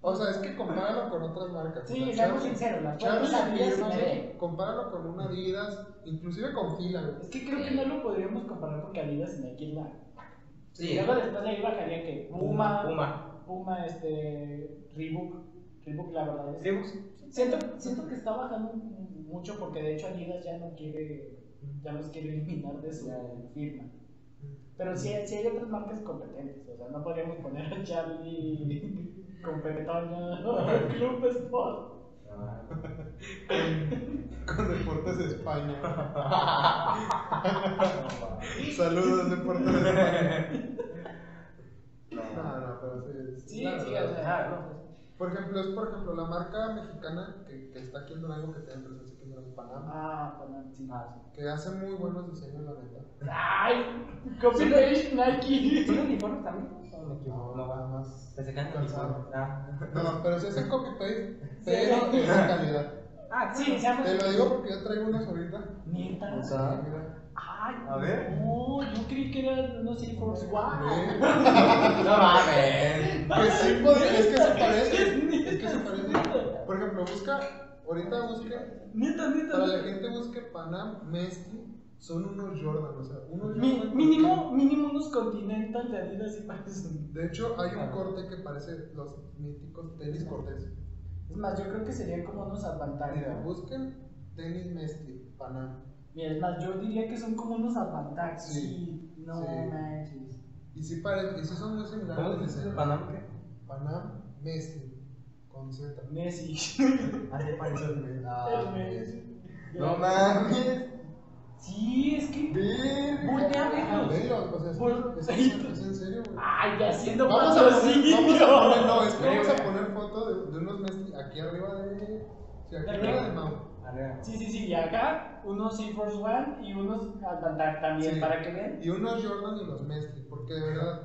O sea, es que compáralo con otras marcas. o Sí, sea, seamos Charlie- sinceros, las Charlie, cosas a Adidas, se no me sé, ven. compáralo con un Adidas, inclusive con fila, güey. Es que creo que no lo podríamos comparar porque Adidas y Nike es la... Y Sí. luego después de ahí bajaría que Puma, Puma, Puma. este, Reebok, Reebok la verdad es... Reebok. Siento, siento que está bajando mucho porque de hecho Adidas ya no quiere, ya los quiere eliminar de su firma. Pero sí, sí hay otras marcas competentes, o sea, no podríamos poner a Charlie con Pepetoña al Club Sport. Ah, Con Deportes de España. Saludos, Deportes de España. No, no, pero sí. Sí, sí, la o verdad. sea, Por ejemplo, es por ejemplo la marca mexicana que, que está aquí en Durango, que tiene presencia aquí en Durango, Panamá, Ah, bueno, sí. que hace muy buenos diseños, la neta. ¡Ay! Copy paste Nike. ¿Son uniformes también? ¿O me equivoco? No, No, nada va. más. Pensé que eran Calzado. uniformes. Ah. No, pero sí hacen copy-paste, pero de esa calidad. Ah, Sí, seamos. Te lo digo porque yo traigo unos ahorita. Neta. O sea, mira. Ay, A ver. No, yo creí que era, no sé, Force One. Ve. No mames. Que sí, podría- es que se parece. Es que se parece. Por ejemplo, busca, ahorita busca, Neta, para neta. la gente busque Panam, Messi, son unos Jordan, o sea, unos Pues, Mi- Jordan. mínimo, mínimo unos Continental de Adidas y parecen. De hecho, hay un corte que parece los míticos tenis cortés. Es más, yo creo que serían como unos Mira, Advantage. busquen tenis Messi, Panam. Mira, es más, yo diría que son como unos Advantage. Sí. Sí. No Sí. manches. Y sí, parecen, y sí son muy similares ¿Cómo los dice diseños. Panam qué? Panam, Messi, con Z. Messi. Así parece. Ah, El Messi. No mames. Sí, es que. Voltea a verlos. Velos, o sea, es, que- es, es en serio, güey. Ay, ya siendo Vamos a poner, patrocinio. vamos a poner, no, es que Güey, vamos a güey. poner foto de, de unos Messi aquí arriba de. Sí, aquí ¿De arriba qué? de Mau. Arriba. Sí, sí, sí, y acá unos Air Force One y unos Advantage también, Sí. para que vean. Y unos Jordan y los Messi, porque de verdad.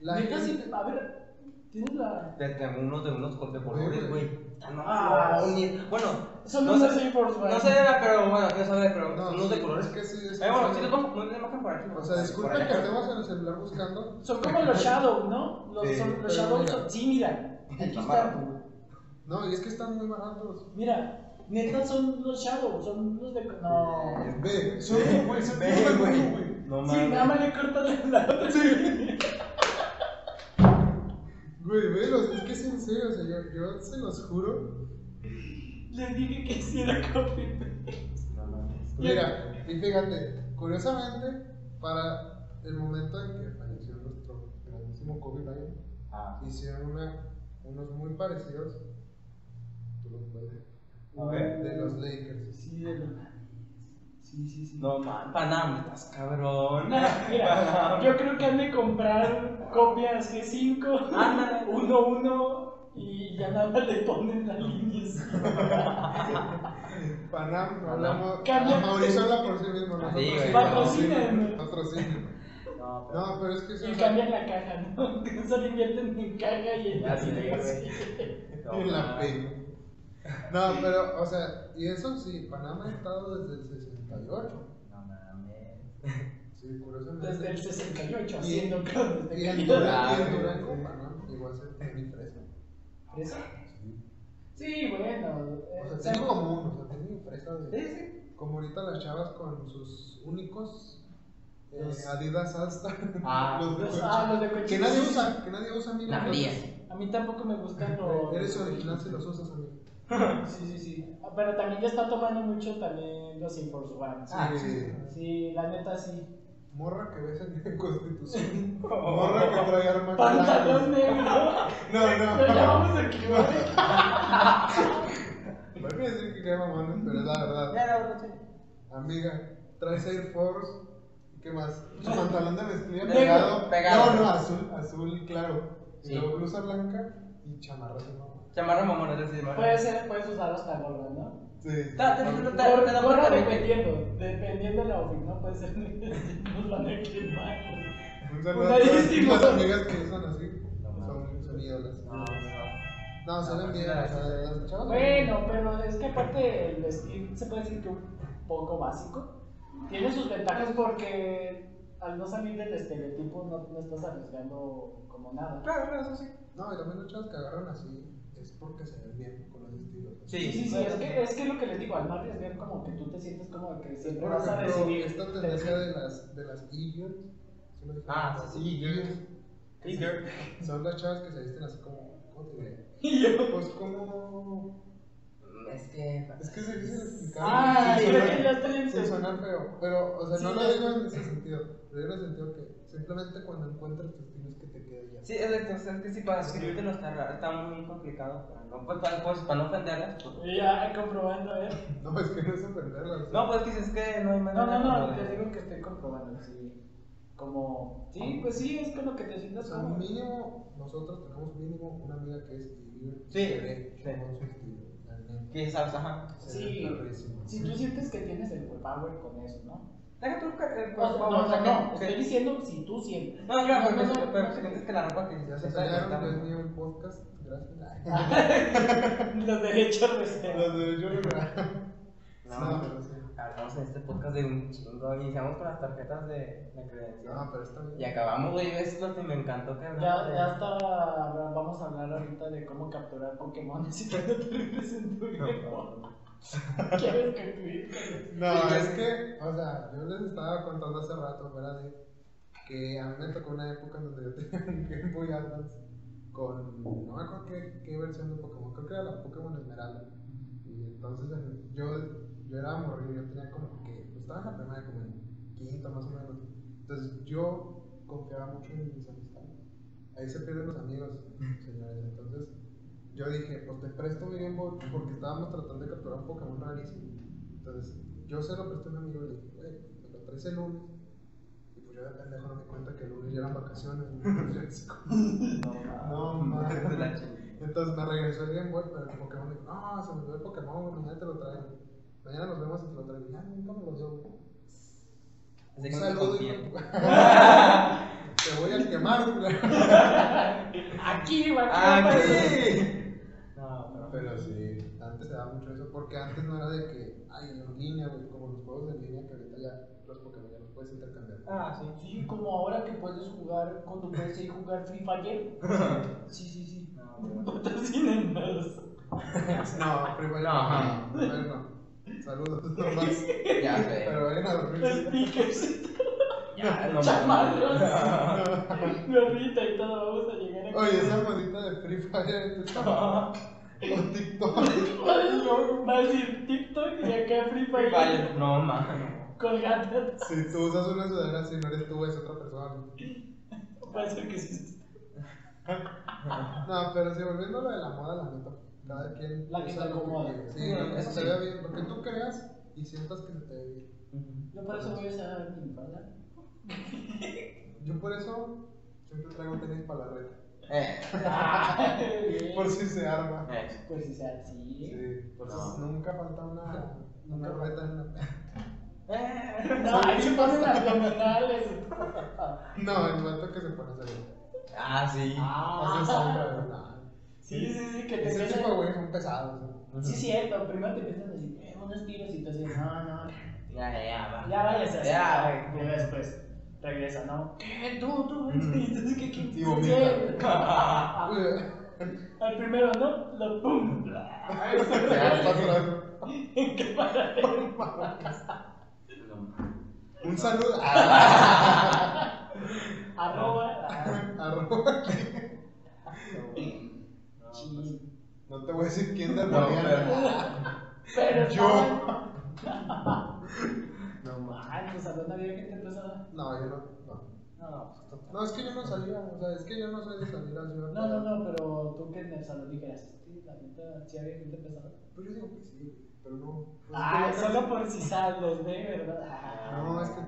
La Neta, gente. sí, a ver, tienes la. De, de unos de unos con- de colores, güey. Ah, no, Ah. no, Bueno, Son No unos sé- Air Force One. no se vea, pero bueno, quiero saber, pero No, son unos de sí, colores. Es que sí, es Eh, bueno, que- sí les vamos a poner la imagen por aquí. O sea, disculpen que estemos en el celular buscando. Son como los Shadow, ¿no? Los, Sí, son- los pero Shadow mira. son. Sí, mira. Aquí están. No, y es que están muy baratos. Mira, neta son los Shadow, son los de. No. Ve, Son sube, güey, güey, sube, ve, güey. güey. No Sí, nada mames. más le cortan la otra. Güey, velos, es que es en serio, o sea, yo, yo se los juro. Les dije que hiciera copy paste. No mames. Mira, y fíjate, curiosamente, para el momento en que falleció nuestro grandísimo Kobe Bryant, Ah, hicieron una, unos muy parecidos. Tú los puedes. A ver. De los Lakers. Sí, de la. Sí, sí, sí. No, man, panametas, cabrón. Mira, yo creo que han de comprar copias G5, Ándale. 1-1 y ya nada más le ponen la línea. así. Panam, Panam. hablamos. Cambia. Mauricio habla por sí mismo. nosotros Sí, güey. sí, Patrocínenme. Patrocínenme. No, pero- No, pero es que Y sí. cambian la caja, ¿no? Que solo invierten en caja y en Ya, sí, así. no, en la man. pena. No, pero, o sea, y eso sí, Panamá ha estado desde el 68. No mames. Sí, curiosamente. Desde el 68 Y- haciendo cosas Y de en calidad. Durango, y Ah, en Durango, Panamá llegó a ser 2003. ¿Eso? Sí. Sí, bueno. eh, O sea, sabemos- tiene común, o sea, tiene empresa de. Sí, sí. Como ahorita las chavas con sus únicos eh, Los- Adidas Asta. Ah, los de Los- coche. ah, los de coche. Que nadie usa, que nadie usa, amigo. La pero- mía. A mí tampoco me gustan los. Eres original si los usas, amigo. Sí, sí, sí. Ah, Pero también ya está tomando mucho también los Air Force One. Sí. Ah, sí. Sí, la neta sí. Morra que ves en Constitución. Oh. Morra que trae armas. Pantalón blancas. negro. No, Lo no. llamamos aquí, güey. Voy a decir que qué mamones, pero es la verdad. Ya era otra chica. Amiga, traes Air Force. ¿Qué más? Su pantalón de mezclilla Negro, pegado. pegado. No, no, azul, azul claro. Y Sí. luego blusa blanca y chamarra de mamá. Chamarra mamona, es decir, mamona. Puedes, ser- puedes usar hasta gorra, ¿no? Sí. Ta- ta- ta- ta- Gor- te da Gorra cuenta, dependiendo. Dependiendo de la outfit, ¿no? Puede ser. Nos van a quemar. Un saludo a Cuidadísimo. todas las amigas que usan así. No, no. Son, son ídolas. No, no. No, se ven bien. O sea, las chavas. Bueno, pero es que aparte el vestir se puede decir que un poco básico. Tiene sus ventajas porque al no salir del estereotipo no, no estás arriesgando como nada. Claro, claro, eso sí. No, y también las chavas que agarran así es porque se ven bien con los estilos. Sí, Sí, sí, sí, claro. es que es que es lo que les digo, al no arriesgar como que tú te sientes como que siempre Por vas a ejemplo, recibir. Esta te- tendencia de las, de las e-girls. ¿sí lo dije? Ah, sí, sí, Las e-girls. que Sí, se- girl. Son las chavas que se visten así como. ¿Cómo te diré? Y yo- Pues como. Es que. Es que se difícil explicar. Ay, sin yo sonar- ya estoy en sin sonar feo. Pero, o sea, Sí, no ya- lo digo en ese sentido. Lo digo en el sentido que simplemente cuando encuentras tus estilos que te quede ya. Sí, exacto, o sea, es que sí, para escribirte los está, está muy complicado, pero no, pues para, pues, para no ofenderlas. pues. Y ya comprobando, ¿eh? a ver. No, es que no es ofenderla. No, pues que es que no hay manera. No, no, no, como de- te digo que estoy comprobando, sí. Como, sí, pues sí, es con lo que te O sientas sea, como. mínimo, nosotros tenemos mínimo una amiga que es e-girl. Sí, Se ve sí. con su estilo. la neta. Que sabes, ajá. Se Sí. ve perrísimo. Si tú sientes que tienes el power con eso, ¿no? Deja tú que. eh, No, pues, no, vamos, no, saca- no, sí. estoy diciendo si tú sientes. No, claro, No, porque no, es- no, pero no. pues, si sientes que la ropa que Ya se se está sacaron que es gastando. mío el podcast, gracias. Los derechos reservados. No, No, pero- pero sí. Hablamos en este podcast de un chingo. Iniciamos con las tarjetas de, de credencial. No, pero está bien. Y acabamos, güey. Es lo que me encantó que hablamos Ya, de- ya hasta ahora vamos a hablar ahorita de cómo capturar Pokémon y que no te represento No, ¿Quieres concluir con eso? No, Sí, es sí. que, o sea, yo les estaba contando hace rato, ¿verdad? De que a mí me tocó una época en donde yo tenía un Game Boy Advance con, no me acuerdo qué, qué versión de Pokémon, creo que era la Pokémon Esmeralda. Y entonces en- yo, yo era morrillo, yo tenía como que, pues estaba en la primaria como en quinto más o menos. Entonces yo confiaba mucho en mis amistades. Ahí se pierden los amigos, señores. Entonces yo dije, pues te presto mi Game Boy porque estábamos tratando de capturar un Pokémon rarísimo. Entonces yo se lo presté a un amigo y le dije, güey, me lo traes el lunes. Y pues yo de pendejo no me di cuenta que el lunes ya eran vacaciones. Entonces, No, mames. de la chingada. Entonces me regresó el Game Boy, pero el Pokémon dijo, no, se me olvidó el Pokémon, mañana te lo traigo. Mañana nos vemos y te lo traigo. Ya, nunca me lo dio. güey. Así que Un no te saludo. confío. hijo. Te voy a quemar, güey. Aquí, güey, Ah, aquí. sí. No, pero- Pero sí, antes se daba mucho eso, porque antes no era de que, ay, en línea, güey, como los juegos en línea, que ahorita ya los Pokémon ya los puedes intercambiar. Ah, sí. Sí, como ahora que puedes jugar con tu PC y jugar Free Fire. Sí, sí, sí. No, pero- Patrocínenos. No, primero No, ajá. no, primero no. Saludos, nomás. Ya sé. Pero vayan a dormir. Stickers, Ya, no chamarras, gorrita y todo. Vamos a llegar a. Oye, esa modita de Free Fire, o TikTok. Va a decir TikTok y acá Free Fire. Vale, no, mano. Colgando. Si tú usas una sudadera así, no eres tú, es otra persona. Puede ser que sí. No, pero si volviendo a lo de la moda, la neta, cada quien La que usa se lo acomoda. quiere. Sí, Sí, lo que eso se te sí. vea bien, lo que tú creas y sientas que se te ve bien. Yo por eso voy a usar mi falda. Yo por eso siempre traigo tenis para la reta. Eh, Por si se arma. eh, Ah, Pues si sea así. Sí. por Entonces, no. Nunca falta una, una Nunca. reta en la... Eh. No, ahí se ponen abdominales. No, el vato que se pone a hacer. Ah, sí. Hace Ah, sombra, ¿verdad? sí, sí, sí, que te Ese empiezan- tipo, güey, son pesados. ¿no? Sí, es cierto, primero te empiezan a decir, eh, unos tiros y tú dices, no, no, Ya, ya, va. ya vayas a Ya, Pero después regresa, ¿no? ¿Qué? Tú, tú, Mm. vete. Entonces, ¿qué qué- Y qué- vomita. qué- Ah. Uy, Al primero, ¿no? Lo pum. ya, pa' atrás. En cámara lenta. No. Un saludo. Ah, Arroba. ah, arroba. No, pues, sí. No te voy a decir quién de No, Pero Yo. estaban- No, ma. Ay, pues había una vieja que te empezó a. No, yo no. No. No, pues, total. No, es que yo no salía, o sea, es que yo no soy de salir así. No, no, no, pero tú que en el salón dijeras, sí, la neta, sí había gente pesada. Pero yo digo que sí, pero no. Ah, Es que- solo por si sales, ¿ve? ¿Verdad? Ah. No, es que.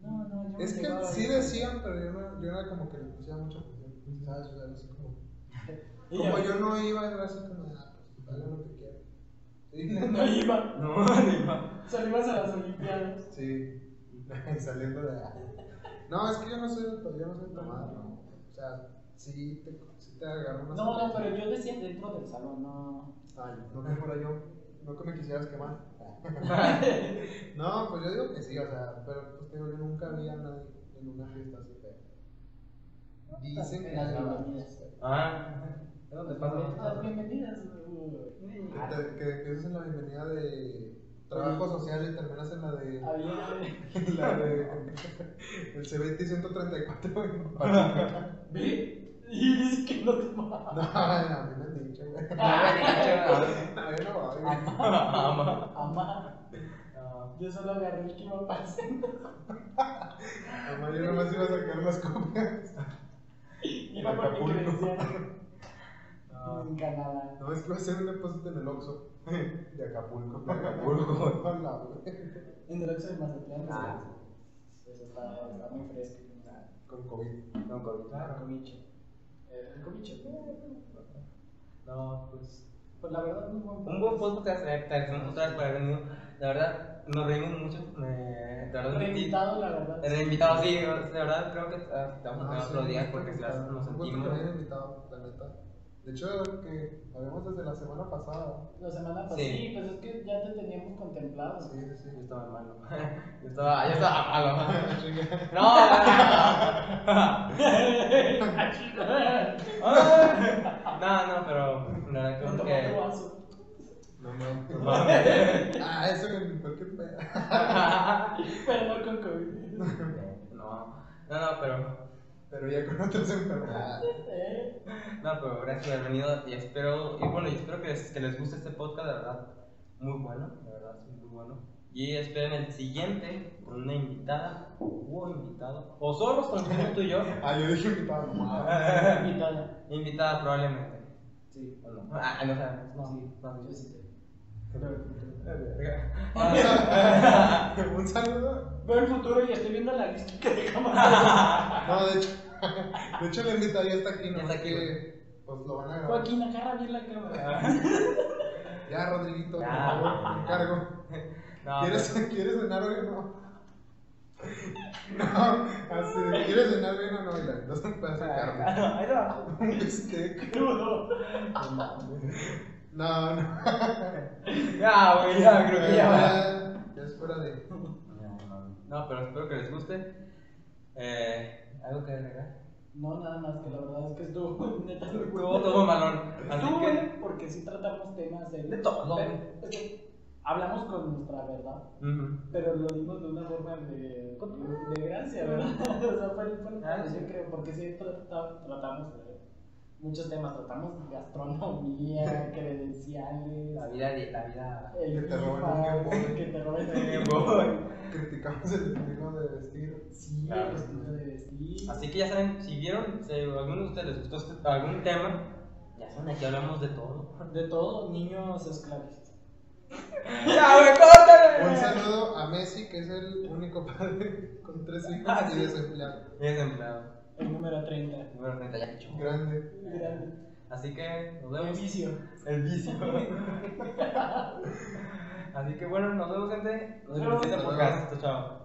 No, no, yo me Es que llegaba sí bien. decían, pero yo no, yo era como que le pusiera mucha atención. pues, ¿Sabes? O sea, no sé cómo. Y Como yo, yo no iba, era así como de, ah, pues hagan lo que quieran. Sí. No iba, No, ni ma. solo ibas a las Olimpiadas. Sí, saliendo de No, es que yo no soy yo no soy tomada, no. O sea, sí te, sí te agarro una. No, no, pero yo decía dentro del salón, no. Ay, no que fuera yo, no que me quisieras quemar. No, pues yo digo que sí, o sea, pero pues te digo, yo nunca vi a nadie en una fiesta así fea. Dicen que En las hay una- bienvenidas. Ah. ¿Es donde pasa? Las bienvenidas, güey. Que, te- que empiezas en la bienvenida de trabajo social y terminas en la de. Había. en la de. el C20 y 134 en Pachuca. ¿Ve? Y dices que no tomaba. No, a mí me han dicho, güey. Ah, No, yo no voy, güey. Ama. Amá. Yo solo agarré el que iba pasando. Mamá, yo nomás iba a sacar las copias. Iba por mi Acapulco. credencial. En Canadá. No, es que iba a hacer un depósito en el Oxxo. De Acapulco. De Acapulco. Ojalá, güey. En el Oxxo de Mazatlán. Ah. Eso está, está muy fresco. Ah, Con COVID. No, con- El comicho. Eh, El comicho. No, pues. Pues la verdad, un buen Un buen podcast, eh, te agradecemos otra vez por haber venido. La verdad, nos reímos mucho. eh, de verdad, Pero invitado, la verdad. El invitado, sí, de verdad creo que ah, te vamos a No, tener sí, otro día un porque si gusto las- nos que- un gusto que me sentimos. ¿eh? hayan invitado, la neta. De hecho, que lo vemos desde la semana pasada. La semana pasada. Sí. Sí. pues es que ya te teníamos contemplado. Sí, sí, Yo sí. estaba malo. Yo estaba, yo estaba malo. Chinga. No, no, no, no, pero la verdad Con creo tu que. vaso. No mames. Ah, eso que cualquier pedo. Pero no con COVID. No, no, no, pero. Pero ya con otras Ah. enfermedades. Eh, No, pero gracias por haber venido y espero, y bueno, y espero que les, que les guste este podcast, la verdad, muy bueno, la verdad, sí, muy bueno. Y esperen el siguiente con una invitada o invitado, o solos con tú y yo, Ah, yo dije invitado, no mames. Invitada. invitada probablemente. Sí. ¿O no? Ah, no sabemos, no, Sí. no, Yo yo sí. sí te. Pero- Un saludo. Veo el futuro y estoy viendo la lista que dejamos. No, de hecho, de hecho la invitada ya está aquí, ¿no? Ya está aquí, Que, pues lo van a grabar. Joaquín, agarra bien la cámara. Ya, Rodriguito, por Ya. favor, te encargo. No, ¿Quieres, ¿Quieres cenar hoy o no? No, así, de, ¿quieres cenar bien o no? Y la dos un pedazo de carne. Ahí te va. Un bistec. Crudo. No, no. pero- Ya, güey, ya, creo que ya va. Ya es fuera de. No, pero espero que les guste. Eh, ¿Algo que agregar? No, nada más que la verdad es que estuvo neta muy Estuvo todo malón, así Estuvo que... bueno porque sí tratamos temas de, De todo. Pero Es que hablamos con nuestra verdad, Ujú. pero lo dimos de una forma de, de gracia, ¿verdad? o sea, fue, fue una Ah, yo creo, porque sí trata- tratamos de muchos temas. Tratamos gastronomía, credenciales, La vida, de- la vida. el Que te roben un FIFA, Game Boy. que te roben el Game Game Boy. Boy. Criticamos el estilo de vestir. Sí, Claro. el vestido de vestir. Así que ya saben, si vieron, si a alguno de ustedes les gustó este- algún tema, ya saben, aquí hablamos de todo. De todo, niños esclavistas. ¡Ya, me cortan Un saludo a Messi, que es el único padre con tres hijos Ah, y sí. desempleado. Bien empleado. El número 30. Número 30 ya hecho. Grande. Grande. Así que nos El vemos. vicio. El vicio. Así que bueno, nos vemos gente. Nos vemos en el siguiente podcast. Chao, Chao.